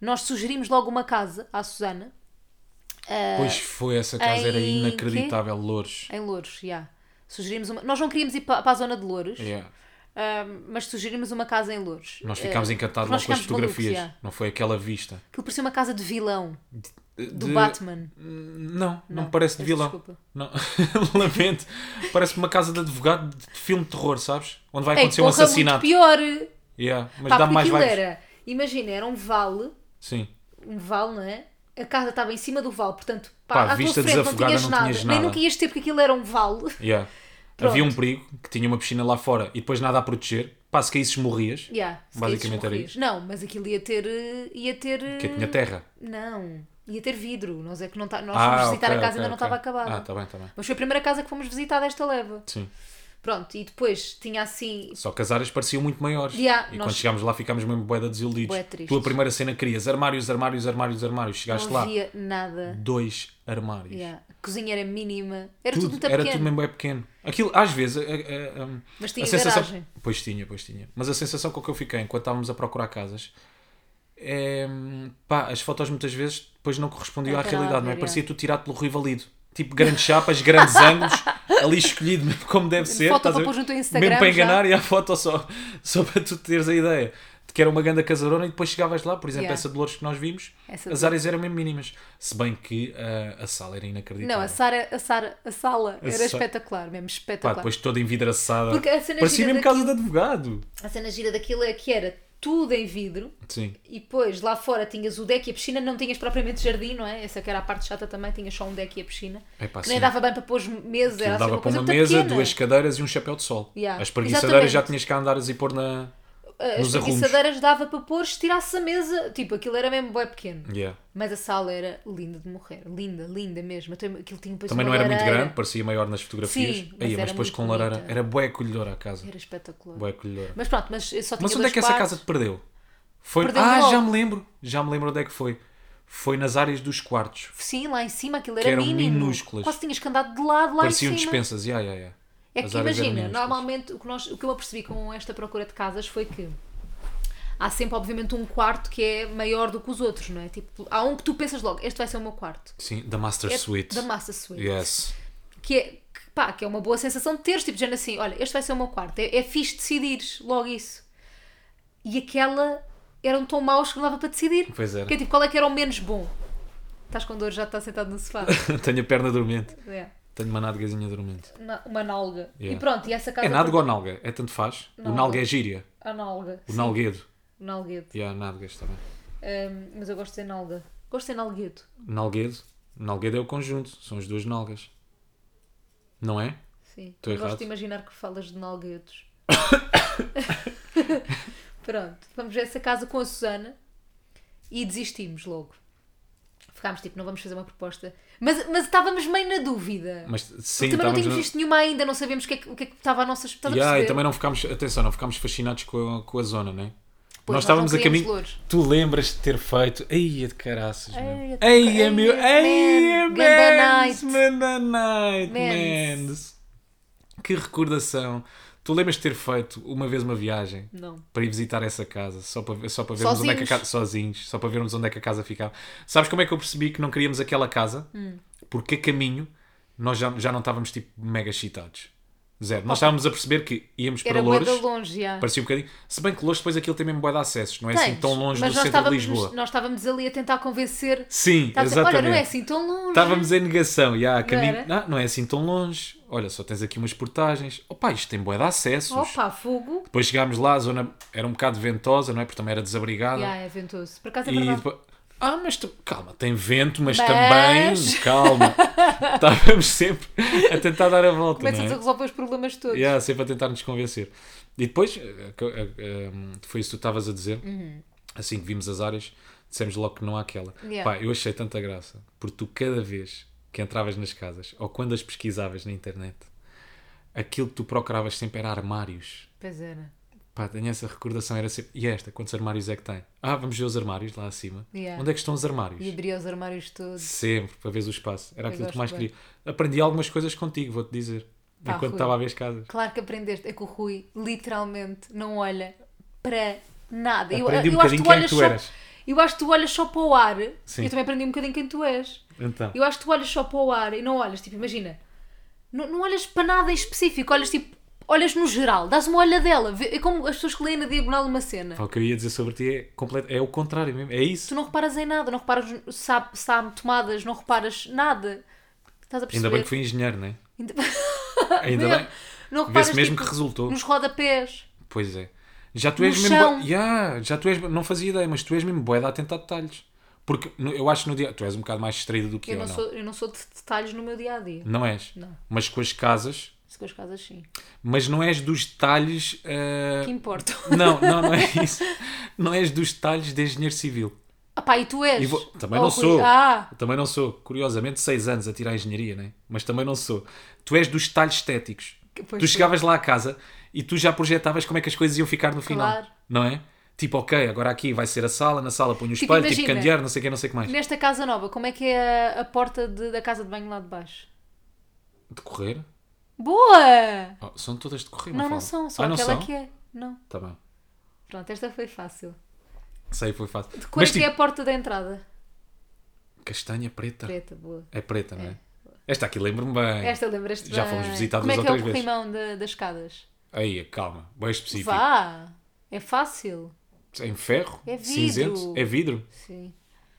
Speaker 1: nós sugerimos logo uma casa à Susana,
Speaker 2: Pois foi, essa casa era
Speaker 1: Ah, em quê?
Speaker 2: inacreditável, Louros.
Speaker 1: Em Louros, já. Sugerimos uma... Nós não queríamos ir para, a zona de Louros,
Speaker 2: Yeah.
Speaker 1: ah, mas sugerimos uma casa em Louros.
Speaker 2: Nós ficámos
Speaker 1: Ah,
Speaker 2: encantados
Speaker 1: nós
Speaker 2: logo com as
Speaker 1: ficámos malucos,
Speaker 2: fotografias.
Speaker 1: yeah.
Speaker 2: Não foi aquela vista.
Speaker 1: Aquilo parecia uma casa de vilão, do
Speaker 2: De-
Speaker 1: Batman.
Speaker 2: Não, não, parece de
Speaker 1: peço
Speaker 2: vilão.
Speaker 1: desculpa.
Speaker 2: Não. Lamento. Parece uma casa de advogado de filme de terror, sabes? Onde vai
Speaker 1: Ei,
Speaker 2: acontecer um
Speaker 1: porra, muito
Speaker 2: assassinato.
Speaker 1: pior.
Speaker 2: Yeah, mas
Speaker 1: Pá,
Speaker 2: dá
Speaker 1: porque
Speaker 2: mais
Speaker 1: aquilo
Speaker 2: vibes.
Speaker 1: era, imagina, era um vale,
Speaker 2: Sim.
Speaker 1: um vale, não é? A casa estava em cima do vale, portanto,
Speaker 2: Pá,
Speaker 1: pá, à
Speaker 2: vista
Speaker 1: tua frente não
Speaker 2: desafogada,
Speaker 1: tinhas,
Speaker 2: não
Speaker 1: nada.
Speaker 2: tinhas
Speaker 1: Nem
Speaker 2: nada.
Speaker 1: nunca ias ter, porque aquilo era um vale.
Speaker 2: Yeah.
Speaker 1: Pronto.
Speaker 2: Havia um perigo que tinha uma piscina lá fora e depois nada a proteger. Pá, se caísses morrias.
Speaker 1: Yeah, se
Speaker 2: Basicamente
Speaker 1: caísses,
Speaker 2: era
Speaker 1: morrias. Não, mas aquilo ia ter. eh, ia ter. eh,
Speaker 2: Que tinha terra.
Speaker 1: Não, ia ter vidro. Nós é que não tá, nós
Speaker 2: Ah,
Speaker 1: fomos visitar
Speaker 2: ok,
Speaker 1: a casa e
Speaker 2: ok,
Speaker 1: ainda não
Speaker 2: ok.
Speaker 1: estava acabada.
Speaker 2: Ah, tá bem, tá bem.
Speaker 1: Mas foi a primeira casa que fomos visitar desta leva.
Speaker 2: Sim.
Speaker 1: Pronto, e depois tinha assim.
Speaker 2: Só que as áreas pareciam muito maiores.
Speaker 1: Yeah,
Speaker 2: e
Speaker 1: nós-
Speaker 2: quando chegámos lá ficámos mesmo boeda desiludidos.
Speaker 1: Bué
Speaker 2: Tu
Speaker 1: tristes.
Speaker 2: Tua primeira cena querias armários, armários, armários, armários. Chegaste
Speaker 1: não
Speaker 2: lá,
Speaker 1: havia nada.
Speaker 2: dois armários.
Speaker 1: Yeah. A cozinha era mínima. Era tudo,
Speaker 2: Tudo,
Speaker 1: muito
Speaker 2: era
Speaker 1: pequeno.
Speaker 2: tudo mesmo é pequeno. Aquilo, às vezes, a, a- a- um,
Speaker 1: Mas tinha
Speaker 2: a sensação.
Speaker 1: garagem.
Speaker 2: Pois tinha, pois tinha. Mas a sensação com que eu fiquei enquanto estávamos a procurar casas é hum, pá, as fotos muitas vezes depois não correspondiam
Speaker 1: Não
Speaker 2: à
Speaker 1: tem nada a
Speaker 2: realidade, não é?
Speaker 1: ver,
Speaker 2: Parecia tu tirado pelo Rui Valido. Tipo, grandes chapas, grandes ângulos, ali escolhido mesmo como deve ser.
Speaker 1: Foto
Speaker 2: estás
Speaker 1: para
Speaker 2: a ver?
Speaker 1: pôr no teu Instagram
Speaker 2: Mesmo
Speaker 1: já.
Speaker 2: para enganar e a foto só, só para tu teres a ideia de que era uma grande casarona e depois chegavas lá, por exemplo,
Speaker 1: Yeah.
Speaker 2: essa de Louros que nós vimos,
Speaker 1: Essa
Speaker 2: as
Speaker 1: de-
Speaker 2: áreas eram mesmo mínimas. Se bem que ah, a sala era inacreditável.
Speaker 1: Não, a, Sara, a, Sara, a sala era
Speaker 2: sa-
Speaker 1: espetacular, mesmo
Speaker 2: Pá,
Speaker 1: espetacular.
Speaker 2: depois toda envidraçada.
Speaker 1: Porque a cena é
Speaker 2: Parecia
Speaker 1: gira
Speaker 2: mesmo
Speaker 1: daquilo-
Speaker 2: casa de advogado.
Speaker 1: A cena gira daquilo é que era tudo em vidro
Speaker 2: Sim.
Speaker 1: e depois lá fora tinhas o deck e a piscina, não tinhas propriamente jardim, não é? Essa que era a parte chata também, tinhas só um deck e a piscina.
Speaker 2: Epá,
Speaker 1: que nem
Speaker 2: sim.
Speaker 1: dava bem para pôr mesas, era
Speaker 2: Aquilo
Speaker 1: assim
Speaker 2: dava
Speaker 1: uma
Speaker 2: para
Speaker 1: coisa
Speaker 2: uma
Speaker 1: muito
Speaker 2: mesa,
Speaker 1: pequena.
Speaker 2: duas cadeiras e um chapéu de sol.
Speaker 1: Yeah.
Speaker 2: As preguiçadeiras já
Speaker 1: Exatamente.
Speaker 2: tinhas que andares e pôr na.
Speaker 1: As
Speaker 2: nos arrumos.
Speaker 1: preguiçadeiras dava para pôr, estirasse a mesa, tipo, aquilo era mesmo bem pequeno.
Speaker 2: Yeah.
Speaker 1: Mas a sala era linda de morrer, linda, linda mesmo. Até Aquilo tinha depois
Speaker 2: Também
Speaker 1: uma
Speaker 2: não era muito
Speaker 1: lareira.
Speaker 2: grande, parecia maior nas fotografias.
Speaker 1: Sim, mas
Speaker 2: Aí, mas
Speaker 1: era
Speaker 2: depois
Speaker 1: muito
Speaker 2: com lareira.
Speaker 1: bonita.
Speaker 2: Era bué acolhedora a casa.
Speaker 1: Era espetacular.
Speaker 2: Bué acolhedora.
Speaker 1: Mas pronto, mas eu só tinha
Speaker 2: Mas onde
Speaker 1: dois
Speaker 2: é que essa
Speaker 1: quartos.
Speaker 2: casa te perdeu? Foi...
Speaker 1: Perdeu um
Speaker 2: ah,
Speaker 1: logo.
Speaker 2: já me lembro. Já me lembro onde é que foi. Foi nas áreas dos quartos.
Speaker 1: Sim, lá em cima aquilo
Speaker 2: Que
Speaker 1: era
Speaker 2: eram
Speaker 1: mínimo.
Speaker 2: minúsculas.
Speaker 1: Quase tinhas que andar de lado lá
Speaker 2: Pareciam
Speaker 1: em cima.
Speaker 2: dispensas. Yeah, yeah, yeah.
Speaker 1: É
Speaker 2: As
Speaker 1: que
Speaker 2: áreas eram
Speaker 1: imagina,
Speaker 2: minúsculas.
Speaker 1: normalmente o que, nós, o que eu apercebi com esta procura de casas foi que há sempre, obviamente, um quarto que é maior do que os outros, não é? Tipo, há um que tu pensas logo, este vai ser o meu quarto.
Speaker 2: Sim, da Master
Speaker 1: É
Speaker 2: Suite.
Speaker 1: Da Master Suite.
Speaker 2: Yes.
Speaker 1: Que é, que, pá, que é uma boa sensação de teres, tipo, dizendo assim: olha, este vai ser o meu quarto. É, é fixe decidires logo isso. E aquela eram tão maus que não dava para decidir.
Speaker 2: Pois era.
Speaker 1: Que é tipo, qual é que era o menos bom? Estás com dor, já está sentado no sofá.
Speaker 2: Tenho a perna dormente.
Speaker 1: É.
Speaker 2: Tenho uma nádegazinha dormente.
Speaker 1: Na- uma nalga.
Speaker 2: Yeah.
Speaker 1: E pronto, e essa casa.
Speaker 2: É nádega ou nalga? É tanto faz. O
Speaker 1: Nalga.
Speaker 2: nalga é gíria.
Speaker 1: A nalga.
Speaker 2: O
Speaker 1: sim,
Speaker 2: nalguedo.
Speaker 1: Nalguedo.
Speaker 2: E há nádegas também.
Speaker 1: Ahm, mas eu gosto de dizer nalga. Gosto de dizer nalguedo.
Speaker 2: Nalguedo. Nalguedo é o conjunto. São as duas nalgas. Não é?
Speaker 1: Sim.
Speaker 2: Tô
Speaker 1: Gosto
Speaker 2: errado.
Speaker 1: de imaginar que falas de nalguedos. Pronto, vamos ver essa casa com a Susana e desistimos logo. Ficámos tipo, não vamos fazer uma proposta. Mas, mas estávamos meio na dúvida.
Speaker 2: Mas sim,
Speaker 1: Porque também não
Speaker 2: estávamos
Speaker 1: tínhamos
Speaker 2: no-
Speaker 1: visto nenhuma ainda, não sabíamos o que é que, o que, é que estava à nossa. Estás a
Speaker 2: Yeah, e
Speaker 1: perceber?
Speaker 2: também não ficámos, atenção, não ficámos fascinados com a, com a zona, né?
Speaker 1: Pois,
Speaker 2: nós
Speaker 1: nós
Speaker 2: estávamos
Speaker 1: não
Speaker 2: a
Speaker 1: queríamos
Speaker 2: caminho.
Speaker 1: louros.
Speaker 2: Tu lembras de ter feito. Ai, de caraças,
Speaker 1: Ei,
Speaker 2: meu.
Speaker 1: de-
Speaker 2: Ai, é
Speaker 1: ei,
Speaker 2: meu.
Speaker 1: man.
Speaker 2: Ai,
Speaker 1: Ganda
Speaker 2: Mendes.
Speaker 1: night.
Speaker 2: Ganda night,
Speaker 1: Mendes.
Speaker 2: Mendes. Que recordação. Tu lembras de ter feito uma vez uma viagem?
Speaker 1: Não.
Speaker 2: para ir visitar essa casa, só para, ver- só para vermos onde é que a
Speaker 1: Sozinhos.
Speaker 2: casa sozinhos, só para vermos onde é que a casa ficava. Sabes como é que eu percebi que não queríamos aquela casa?
Speaker 1: Hum.
Speaker 2: Porque a caminho nós já, já não estávamos tipo mega excitados. Zero. Nós estávamos a perceber que íamos para
Speaker 1: Era bué
Speaker 2: Louros,
Speaker 1: da longe, já.
Speaker 2: parecia um bocadinho. Se bem que Louros depois aquilo tem mesmo boa de acessos, não é assim
Speaker 1: Tens,
Speaker 2: tão longe
Speaker 1: mas nós
Speaker 2: do centro de
Speaker 1: estávamos-
Speaker 2: Lisboa.
Speaker 1: Nós estávamos ali a tentar convencer.
Speaker 2: Sim,
Speaker 1: Estás a dizer,
Speaker 2: exatamente.
Speaker 1: Olha, não é assim tão longe.
Speaker 2: Estávamos em negação, e há a caminho.
Speaker 1: era?
Speaker 2: Não, não é assim tão longe. Olha, só tens aqui umas portagens. Opa, isto tem boa de acessos.
Speaker 1: Opa, fogo.
Speaker 2: Depois chegámos lá, a zona era um bocado ventosa, não é? Porque também era desabrigada.
Speaker 1: Yeah, é ventoso. Por acaso é
Speaker 2: E
Speaker 1: verdade.
Speaker 2: depois- Ah, mas tu- calma, tem vento, mas,
Speaker 1: Mas-
Speaker 2: também. Calma. Estávamos sempre a tentar dar a volta.
Speaker 1: Começas
Speaker 2: não é?
Speaker 1: a resolver os problemas todos.
Speaker 2: Yeah, sempre a tentar nos convencer. E depois, eh, co- eh, eh, foi isso que tu estavas a dizer.
Speaker 1: Uhum.
Speaker 2: Assim que vimos as áreas, dissemos logo que não há aquela.
Speaker 1: Yeah.
Speaker 2: Pá, eu achei tanta graça, porque tu cada vez que entravas nas casas ou quando as pesquisavas na internet, aquilo que tu procuravas sempre era armários.
Speaker 1: Pois era.
Speaker 2: Pá, tenho essa recordação, era sempre. E esta, quantos armários é que tem? Ah, vamos ver os armários lá acima.
Speaker 1: Yeah.
Speaker 2: Onde é que estão os armários?
Speaker 1: E abria os armários todos.
Speaker 2: Sempre, para ver o espaço. Era aquilo que
Speaker 1: gosto
Speaker 2: mais
Speaker 1: bem.
Speaker 2: queria. Aprendi algumas coisas contigo, vou-te dizer.
Speaker 1: Pá,
Speaker 2: enquanto
Speaker 1: Rui.
Speaker 2: estava a ver as casas.
Speaker 1: Claro que aprendeste. É que o Rui literalmente não olha para nada.
Speaker 2: Aprendi um bocadinho quem tu
Speaker 1: só,
Speaker 2: eras.
Speaker 1: Eu acho que tu olhas só para o ar.
Speaker 2: Sim.
Speaker 1: Eu também aprendi um bocadinho quem tu és.
Speaker 2: Então.
Speaker 1: Eu acho que tu olhas só para o ar e não olhas, tipo, imagina, não, não olhas para nada em específico, olhas tipo, olhas no geral, dás uma olhadela, vê- é como as pessoas que leem na diagonal uma cena.
Speaker 2: Pá, O que eu ia dizer sobre ti é, completo, é o contrário mesmo. É isso.
Speaker 1: Tu não reparas em nada, não reparas se há, se há tomadas, não reparas nada. Estás a perceber?
Speaker 2: Ainda bem que fui engenheiro, não é?
Speaker 1: Ainda-
Speaker 2: Ainda
Speaker 1: Mesmo.
Speaker 2: bem.
Speaker 1: Não
Speaker 2: Vê-se
Speaker 1: reparas
Speaker 2: mesmo
Speaker 1: tipo,
Speaker 2: que resultou.
Speaker 1: nos rodapés.
Speaker 2: Pois é. Já tu
Speaker 1: No
Speaker 2: és mesmo.
Speaker 1: chão.
Speaker 2: bué- Ya, já tu és. Não fazia ideia, mas tu és mesmo boeda a tentar detalhes. Porque no- eu acho que no dia. Tu és um bocado mais distraída do que
Speaker 1: Eu,
Speaker 2: eu,
Speaker 1: não,
Speaker 2: não.
Speaker 1: Sou, eu não sou de detalhes no meu dia a dia.
Speaker 2: Não és?
Speaker 1: Não.
Speaker 2: Mas com as casas.
Speaker 1: Se assim. com as casas, sim.
Speaker 2: Mas não és dos detalhes. ah,
Speaker 1: Que importa.
Speaker 2: Não, não, não é isso. Não és dos detalhes de engenheiro civil.
Speaker 1: Ah pá, e tu és?
Speaker 2: E vou- Também
Speaker 1: Oh,
Speaker 2: não
Speaker 1: Rui.
Speaker 2: sou.
Speaker 1: Ah,
Speaker 2: Também não sou. Curiosamente, seis anos a tirar engenharia, né? Mas também não sou. Tu és dos detalhes estéticos.
Speaker 1: Que- pois
Speaker 2: tu
Speaker 1: sim.
Speaker 2: chegavas lá à casa e tu já projetavas como é que as coisas iam ficar no final.
Speaker 1: Claro.
Speaker 2: Não é? Tipo, ok, agora aqui vai ser a sala, na sala ponho o
Speaker 1: Tipo,
Speaker 2: espelho, tipo
Speaker 1: imagina.
Speaker 2: candeeiro, não sei o que, não sei o que mais.
Speaker 1: nesta casa nova, como é que é a, a porta de- da casa de banho lá de baixo?
Speaker 2: De correr?
Speaker 1: Boa!
Speaker 2: Oh, são todas de correr,
Speaker 1: Não, não
Speaker 2: fala?
Speaker 1: são, só
Speaker 2: Ah, não
Speaker 1: aquela
Speaker 2: são?
Speaker 1: que é. Não.
Speaker 2: Tá bem.
Speaker 1: Pronto, esta foi fácil.
Speaker 2: Sei, foi fácil.
Speaker 1: De cor
Speaker 2: Mas
Speaker 1: é que
Speaker 2: tipo,
Speaker 1: é a porta da entrada?
Speaker 2: castanha preta.
Speaker 1: Preta, boa.
Speaker 2: É preta, não é? Esta aqui lembro-me bem.
Speaker 1: Esta lembras-te
Speaker 2: É. Já
Speaker 1: bem.
Speaker 2: fomos visitar
Speaker 1: Como é
Speaker 2: duas
Speaker 1: que é
Speaker 2: ou
Speaker 1: o
Speaker 2: três vezes.
Speaker 1: corrimão da- das escadas?
Speaker 2: Aí, calma, bem específico.
Speaker 1: Vá! É fácil.
Speaker 2: Em ferro?
Speaker 1: É vidro.
Speaker 2: Cinzento? É vidro?
Speaker 1: Sim.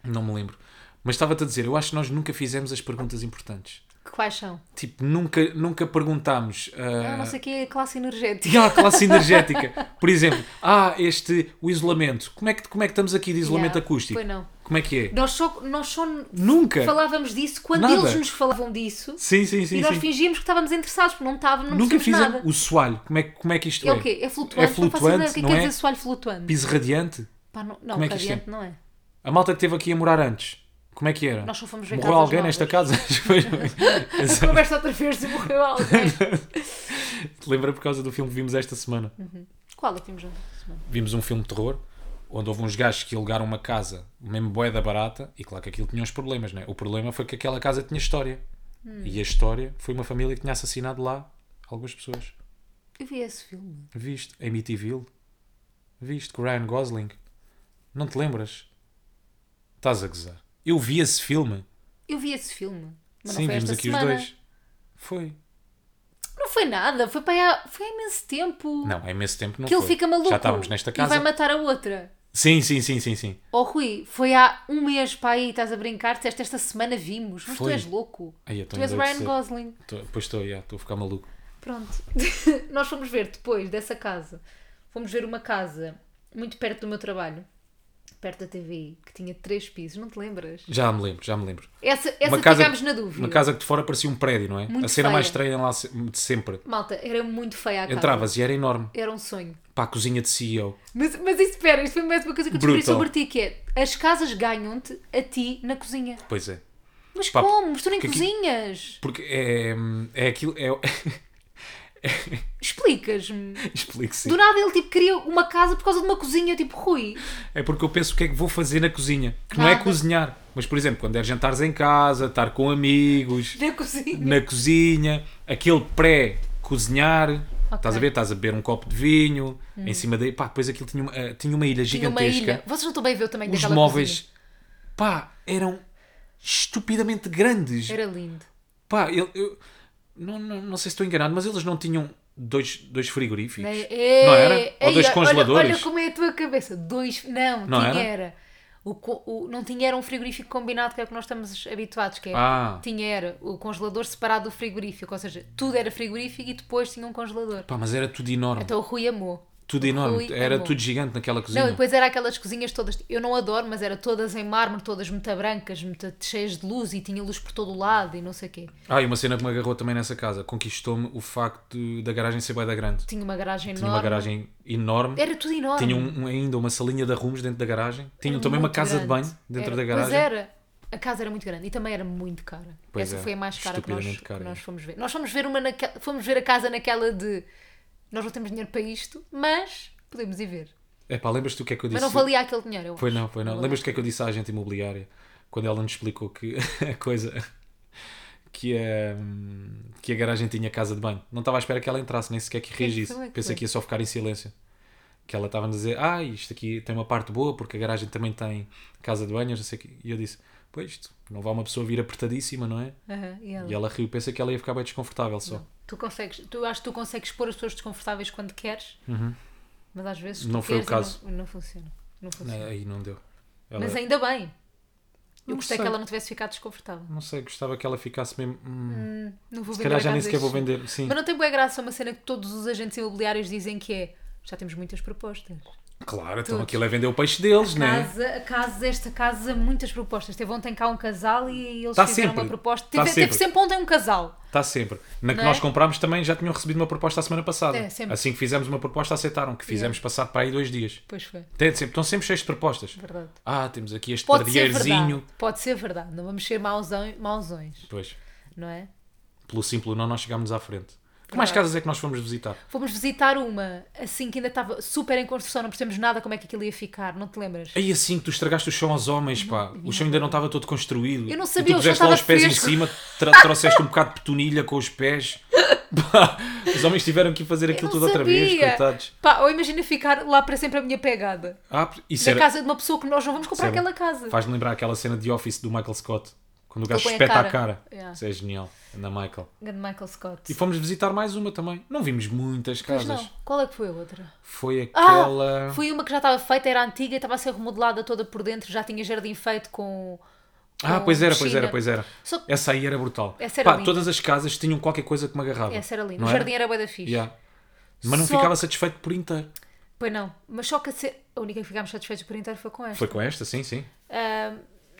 Speaker 2: Não me lembro. Mas estava-te a dizer, eu acho que nós nunca fizemos as perguntas importantes.
Speaker 1: Que quais são?
Speaker 2: Tipo, nunca, nunca perguntámos.
Speaker 1: Ah,
Speaker 2: ah,
Speaker 1: não sei o que é classe energética.
Speaker 2: E há a classe energética. Por exemplo, ah, este, o isolamento. Como é que, como é que estamos aqui de isolamento
Speaker 1: Yeah,
Speaker 2: acústico?
Speaker 1: foi não.
Speaker 2: Como é que é?
Speaker 1: Nós só, nós só
Speaker 2: Nunca.
Speaker 1: falávamos disso quando
Speaker 2: Nada.
Speaker 1: eles nos falavam disso
Speaker 2: Sim, sim, sim.
Speaker 1: e nós
Speaker 2: sim.
Speaker 1: fingíamos que estávamos interessados, porque não estávamos, não
Speaker 2: Nunca
Speaker 1: percebemos
Speaker 2: fizemos
Speaker 1: nada.
Speaker 2: o soalho. Como é, que- como é que isto
Speaker 1: É
Speaker 2: é?
Speaker 1: o quê? É flutuante?
Speaker 2: É
Speaker 1: não
Speaker 2: flutuante,
Speaker 1: faço ideia do que é que
Speaker 2: não
Speaker 1: quer
Speaker 2: é?
Speaker 1: dizer soalho flutuante?
Speaker 2: Piso radiante?
Speaker 1: Pá, não, não
Speaker 2: Como é que isto
Speaker 1: radiante não é.
Speaker 2: A malta que esteve aqui a morar antes. Como é que era?
Speaker 1: Nós só fomos ver
Speaker 2: Morreu
Speaker 1: casas
Speaker 2: alguém
Speaker 1: novas.
Speaker 2: nesta casa? Pois, pois. Exato.
Speaker 1: Conversa outra vez se morreu alguém.
Speaker 2: Lembra por causa do filme que vimos esta semana?
Speaker 1: Qual é que temos outra semana?
Speaker 2: vimos um filme de terror onde houve uns gajos que alugaram uma casa, mesmo boeda barata, e claro que aquilo tinha uns problemas, né? O problema foi que aquela casa tinha história.
Speaker 1: Hum.
Speaker 2: E a história foi uma família que tinha assassinado lá algumas pessoas.
Speaker 1: Eu vi esse filme.
Speaker 2: Viste? Amityville? Viste? Com Ryan Gosling? Não te lembras? Estás a gozar. Eu vi esse filme.
Speaker 1: Eu vi esse filme. Mas
Speaker 2: Sim,
Speaker 1: não foi
Speaker 2: vimos
Speaker 1: esta
Speaker 2: aqui
Speaker 1: semana.
Speaker 2: os dois. Foi.
Speaker 1: Não foi nada, foi, para há, foi há imenso tempo.
Speaker 2: Não, há imenso tempo não
Speaker 1: que ele
Speaker 2: foi.
Speaker 1: fica maluco.
Speaker 2: Já estávamos nesta
Speaker 1: E vai
Speaker 2: casa.
Speaker 1: matar a outra.
Speaker 2: Sim, sim, sim, sim, sim.
Speaker 1: Oh Rui, foi há um mês para aí, estás a brincar, disseste esta semana vimos, mas tu
Speaker 2: Foi.
Speaker 1: és louco.
Speaker 2: Ai, eu tô
Speaker 1: tu és o Ryan
Speaker 2: endoidecer.
Speaker 1: Gosling.
Speaker 2: Tô- Pois estou, já, estou a ficar maluco.
Speaker 1: Pronto. Nós fomos ver depois dessa casa. Fomos ver uma casa muito perto do meu trabalho, perto da TVI, que tinha três pisos, não te lembras?
Speaker 2: Já me lembro, já me lembro.
Speaker 1: Essa, essa ficámos na dúvida.
Speaker 2: Uma casa que de fora parecia um prédio, não é?
Speaker 1: Muito
Speaker 2: a cena
Speaker 1: feia.
Speaker 2: mais estranha lá se- de sempre.
Speaker 1: Malta, era muito feia a casa.
Speaker 2: Entravas e era enorme.
Speaker 1: Era um sonho.
Speaker 2: Para a cozinha de CEO.
Speaker 1: Mas, mas isso, espera, isto foi mais uma coisa que eu descobri
Speaker 2: Brutal.
Speaker 1: sobre ti, que é as casas ganham-te a ti na cozinha.
Speaker 2: Pois é.
Speaker 1: Mas
Speaker 2: Pá,
Speaker 1: como? Mas tu nem
Speaker 2: porque aqui-
Speaker 1: cozinhas.
Speaker 2: Porque é, é aquilo. É,
Speaker 1: Explicas-me.
Speaker 2: Explico-se.
Speaker 1: Do nada ele tipo queria uma casa por causa de uma cozinha, tipo Rui.
Speaker 2: É porque eu penso o que é que vou fazer na cozinha. Que não é
Speaker 1: Nada.
Speaker 2: cozinhar. Mas, por exemplo, quando é jantares em casa, estar com amigos,
Speaker 1: Na cozinha.
Speaker 2: na cozinha, aquele pré-cozinhar. Estás a
Speaker 1: Ok. Hum.
Speaker 2: ver? Estás a beber um copo de vinho, em cima daí. Pá, depois aquilo tinha uma, ah, tinha uma ilha
Speaker 1: Tinha uma
Speaker 2: gigantesca.
Speaker 1: ilha. Vocês não estão bem a ver o tamanho
Speaker 2: os
Speaker 1: daquela
Speaker 2: móveis
Speaker 1: cozinha.
Speaker 2: pá, eram estupidamente grandes.
Speaker 1: Era lindo.
Speaker 2: Pá, eu, eu- não, não, não sei se estou enganado, mas eles não tinham dois, dois frigoríficos.
Speaker 1: Não,
Speaker 2: não era? Ou dois
Speaker 1: É, Olha,
Speaker 2: congeladores.
Speaker 1: olha como é a tua cabeça. Dois. Não,
Speaker 2: Não
Speaker 1: tinha
Speaker 2: era?
Speaker 1: era. O, co- o- não tinha era um frigorífico combinado, que é o que nós estamos habituados, que é.
Speaker 2: Ah.
Speaker 1: Tinha era o congelador separado do frigorífico, ou seja, tudo era frigorífico e depois tinha um congelador.
Speaker 2: Pá, mas era tudo enorme.
Speaker 1: Então o Rui amou.
Speaker 2: tudo enorme.
Speaker 1: Rui
Speaker 2: era
Speaker 1: amou.
Speaker 2: tudo gigante naquela cozinha.
Speaker 1: Não, e depois era aquelas cozinhas todas, eu não adoro, mas era todas em mármore, todas muito brancas, muito cheias de luz e tinha luz por todo o lado e não sei o quê.
Speaker 2: Ah, e uma cena que me agarrou também nessa casa. Conquistou-me o facto de- da garagem ser bué da grande.
Speaker 1: Tinha uma garagem
Speaker 2: Tinha
Speaker 1: enorme.
Speaker 2: uma garagem enorme.
Speaker 1: Era tudo enorme.
Speaker 2: Tinha um- um- ainda uma salinha de arrumos dentro da garagem. Tinha
Speaker 1: Era
Speaker 2: também uma
Speaker 1: muito
Speaker 2: casa de
Speaker 1: grande.
Speaker 2: banho dentro
Speaker 1: Era-
Speaker 2: da garagem.
Speaker 1: Pois era. A casa era muito grande e também era muito cara.
Speaker 2: Pois
Speaker 1: Essa
Speaker 2: é,
Speaker 1: foi a mais cara que, nós,
Speaker 2: estupidamente cara,
Speaker 1: que nós
Speaker 2: é.
Speaker 1: fomos ver. Nós fomos ver, uma naquela, fomos ver a casa naquela de nós não temos dinheiro para isto, mas podemos ir ver.
Speaker 2: É pá, lembras-te o que é que eu
Speaker 1: Mas
Speaker 2: disse?
Speaker 1: não valia aquele dinheiro, eu
Speaker 2: Foi
Speaker 1: acho.
Speaker 2: não, foi não.
Speaker 1: valia.
Speaker 2: Lembras-te o que é que eu disse à agente imobiliária quando ela nos explicou que a coisa que a, que a garagem tinha casa de banho? Não estava à espera que ela entrasse, nem sequer que
Speaker 1: é que
Speaker 2: reagisse.
Speaker 1: foi que
Speaker 2: Pensei
Speaker 1: foi?
Speaker 2: que ia só ficar em silêncio. que ela estava a dizer, ah, isto aqui tem uma parte boa, porque a garagem também tem casa de banhos, não sei o quê. E eu disse, pois, isto, não vai uma pessoa vir apertadíssima, não é?
Speaker 1: Aham, e ela?
Speaker 2: E ela riu, pensa que ela ia ficar bem desconfortável só.
Speaker 1: Tu consegues, tu acho que tu consegues pôr as pessoas desconfortáveis quando queres, mas às vezes tu
Speaker 2: Uhum. Não foi o
Speaker 1: queres e
Speaker 2: caso.
Speaker 1: Não, não funciona. Não funciona.
Speaker 2: Não, Né, aí não deu. Ela-
Speaker 1: Mas ainda bem. Eu
Speaker 2: Não
Speaker 1: gostei
Speaker 2: sei.
Speaker 1: que ela não tivesse ficado desconfortável.
Speaker 2: Não sei, gostava que ela ficasse mesmo. hum,
Speaker 1: Não vou
Speaker 2: se calhar
Speaker 1: vender
Speaker 2: já nem
Speaker 1: casas.
Speaker 2: sequer vou vender. Sim,
Speaker 1: Mas não tem boa graça uma cena que todos os agentes imobiliários dizem que é. Já temos muitas propostas.
Speaker 2: claro, então
Speaker 1: Tudo.
Speaker 2: aquilo é vender o peixe deles, não é?
Speaker 1: Casa, casa, esta casa, muitas propostas. Teve ontem cá um casal e eles
Speaker 2: Tá
Speaker 1: fizeram
Speaker 2: sempre.
Speaker 1: uma proposta.
Speaker 2: Tá
Speaker 1: Teve, teve
Speaker 2: sempre.
Speaker 1: sempre ontem um casal.
Speaker 2: Está Tá sempre. Na que
Speaker 1: Não é?
Speaker 2: nós comprámos também já tinham recebido uma proposta a semana passada.
Speaker 1: É, sempre.
Speaker 2: assim que fizemos uma proposta, aceitaram, que fizemos passar para aí dois dias.
Speaker 1: Pois foi,
Speaker 2: Tem de sempre, estão sempre cheios de propostas.
Speaker 1: verdade.
Speaker 2: Ah, temos aqui este
Speaker 1: Pode ser
Speaker 2: pardieirozinho.
Speaker 1: verdade. Pode ser verdade. Não vamos ser mauzão- mauzões,
Speaker 2: Pois,
Speaker 1: não é?
Speaker 2: pelo simples não, nós chegámos à frente. Que mais
Speaker 1: Verdade.
Speaker 2: casas é que nós fomos visitar?
Speaker 1: Fomos visitar uma, assim que ainda estava super em construção, não percebemos nada como é que aquilo ia ficar, não te lembras?
Speaker 2: Aí assim que tu estragaste o chão aos homens, pá. O chão ainda não estava todo construído.
Speaker 1: Uhum. Eu não
Speaker 2: E
Speaker 1: sabia, o
Speaker 2: tu puseste
Speaker 1: chão
Speaker 2: lá os
Speaker 1: estava
Speaker 2: pés em
Speaker 1: fresco.
Speaker 2: cima, tra- trouxeste um bocado de petunilha com os pés. Pá, os homens tiveram que ir fazer aquilo
Speaker 1: não
Speaker 2: tudo outra vez,
Speaker 1: sabia.
Speaker 2: coitados.
Speaker 1: Pá, ou imagina ficar lá para sempre a minha pegada.
Speaker 2: Ah, isso
Speaker 1: Na
Speaker 2: era-
Speaker 1: casa de uma pessoa que nós não vamos comprar
Speaker 2: Sabe?
Speaker 1: aquela casa.
Speaker 2: Faz-me lembrar aquela cena de Office do Michael Scott, quando o gajo
Speaker 1: põe a
Speaker 2: espeta a cara.
Speaker 1: cara. Yeah.
Speaker 2: Isso é genial, anda Michael.
Speaker 1: Grande Michael Scott.
Speaker 2: E fomos visitar mais uma também. Não vimos muitas
Speaker 1: Mas
Speaker 2: casas.
Speaker 1: não, qual é que foi a outra?
Speaker 2: Foi
Speaker 1: Ah,
Speaker 2: aquela.
Speaker 1: foi uma que já estava feita, era antiga, estava a ser remodelada toda por dentro, já tinha jardim feito com...
Speaker 2: Ah,
Speaker 1: com
Speaker 2: pois era, pois
Speaker 1: piscina.
Speaker 2: era, pois era.
Speaker 1: Só que
Speaker 2: Essa aí era brutal.
Speaker 1: Essa era
Speaker 2: Pá,
Speaker 1: linda.
Speaker 2: todas as casas tinham qualquer coisa que me agarrava.
Speaker 1: essa era linda.
Speaker 2: Não
Speaker 1: O jardim era bué da fixe.
Speaker 2: Yeah. Mas não
Speaker 1: Só
Speaker 2: ficava
Speaker 1: que-
Speaker 2: satisfeito por inteiro.
Speaker 1: Pois não, mas só que a, ce- a única que ficámos satisfeitos por inteiro foi com esta.
Speaker 2: Foi com esta, sim, sim.
Speaker 1: Ah,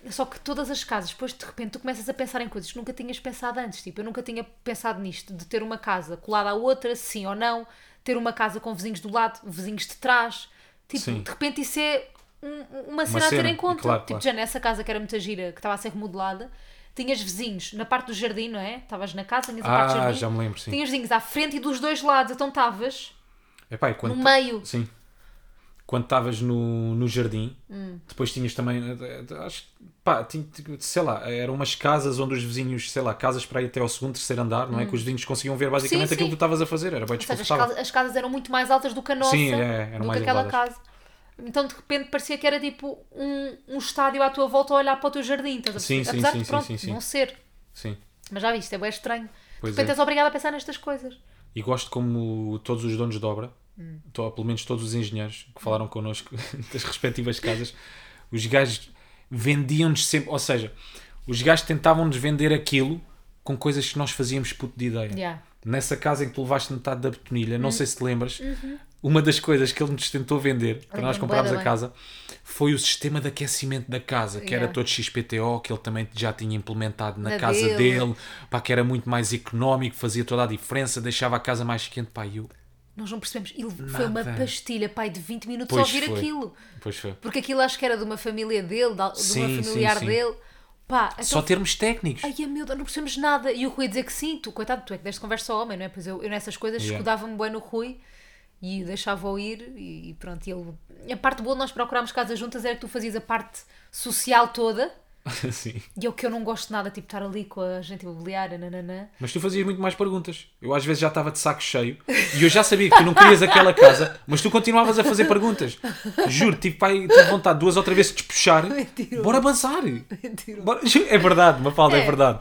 Speaker 1: só que todas as casas, depois de repente tu começas a pensar em coisas que nunca tinhas pensado antes. Tipo, eu nunca tinha pensado nisto, de ter uma casa colada à outra, sim ou não, ter uma casa com vizinhos do lado, vizinhos de trás. Tipo,
Speaker 2: Sim.
Speaker 1: de repente isso é um- uma cena a ter
Speaker 2: cena,
Speaker 1: em conta.
Speaker 2: claro,
Speaker 1: tipo,
Speaker 2: claro.
Speaker 1: já nessa casa que era muita gira, que estava a ser remodelada, tinhas vizinhos na parte do jardim, não é? Estavas na casa, tinhas a parte do
Speaker 2: Ah,
Speaker 1: jardim.
Speaker 2: já me lembro, sim.
Speaker 1: Tinhas vizinhos à frente e dos dois lados, então estavas
Speaker 2: Epá, e quando
Speaker 1: no meio.
Speaker 2: Sim. Quando estavas no, no jardim,
Speaker 1: Hum.
Speaker 2: depois tinhas também. eh, eh, Acho, que, pá, tinha, sei lá, eram umas casas onde os vizinhos, sei lá, casas para ir até ao segundo, terceiro andar, não é? Que os vizinhos conseguiam ver basicamente
Speaker 1: Hum. Sim,
Speaker 2: aquilo
Speaker 1: sim.
Speaker 2: que tu estavas a fazer, era bem
Speaker 1: Ou seja, as
Speaker 2: desconfortável.
Speaker 1: casas, as casas eram muito mais altas do que a nossa,
Speaker 2: Tipo, Sim, é, eram
Speaker 1: do que
Speaker 2: mais
Speaker 1: aquela
Speaker 2: elevadas.
Speaker 1: casa. Então de repente parecia que era tipo um, um estádio à tua volta a olhar para o teu jardim. Estás a
Speaker 2: Sim,
Speaker 1: perceber?
Speaker 2: sim,
Speaker 1: Apesar
Speaker 2: sim,
Speaker 1: de
Speaker 2: sim,
Speaker 1: pronto,
Speaker 2: sim, sim.
Speaker 1: não ser.
Speaker 2: Sim.
Speaker 1: Mas já viste, é bem estranho.
Speaker 2: Pois
Speaker 1: de repente
Speaker 2: é.
Speaker 1: és obrigado a pensar nestas coisas.
Speaker 2: E gosto como todos os donos de obra, to- pelo menos todos os engenheiros que falaram connosco das respectivas casas, os gajos vendiam-nos sempre, ou seja, os gajos tentavam-nos vender aquilo com coisas que nós fazíamos puto de ideia.
Speaker 1: Yeah.
Speaker 2: Nessa casa em que tu levaste metade da betonilha,
Speaker 1: Hum.
Speaker 2: não sei se te lembras, uma das coisas que ele nos tentou vender para nós
Speaker 1: Lembro-me
Speaker 2: comprarmos
Speaker 1: Uhum. bué
Speaker 2: a
Speaker 1: da
Speaker 2: casa foi o sistema de aquecimento da casa, que era
Speaker 1: Yeah.
Speaker 2: todo XPTO, que ele também já tinha implementado na
Speaker 1: Na
Speaker 2: casa
Speaker 1: dele.
Speaker 2: dele, pá, que era muito mais económico, fazia toda a diferença, deixava a casa mais quente, pá, e eu.
Speaker 1: Nós não percebemos. E foi uma
Speaker 2: Nada.
Speaker 1: pastilha, pai, de 20 minutos a
Speaker 2: Pois
Speaker 1: ouvir
Speaker 2: foi.
Speaker 1: aquilo.
Speaker 2: Pois foi.
Speaker 1: Porque aquilo acho que era de uma família dele, de al- de
Speaker 2: Sim, sim,
Speaker 1: uma familiar
Speaker 2: sim.
Speaker 1: dele. Pá, então
Speaker 2: Só termos técnicos.
Speaker 1: Ai, meu Deus, não percebemos nada. E o Rui a dizer que sim, tu, coitado, tu é que deste conversa ao homem, não é? Pois eu, eu nessas coisas
Speaker 2: Yeah.
Speaker 1: escudava-me bem no Rui e deixava-o ir e, e pronto. e ele... A parte boa de nós procurámos casas juntas era que tu fazias a parte social toda
Speaker 2: Sim.
Speaker 1: e é o que eu não gosto de nada, tipo estar ali com a gente imobiliária, nananã.
Speaker 2: Mas tu fazias muito mais perguntas. Eu às vezes já estava de saco cheio e eu já sabia que tu não querias aquela casa, mas tu continuavas a fazer perguntas. Juro, tive, pai, tive vontade duas ou três vezes de te puxar.
Speaker 1: Mentiroso.
Speaker 2: Bora avançar. Bora- Ju- É verdade, Mafalda, é.
Speaker 1: É.
Speaker 2: verdade.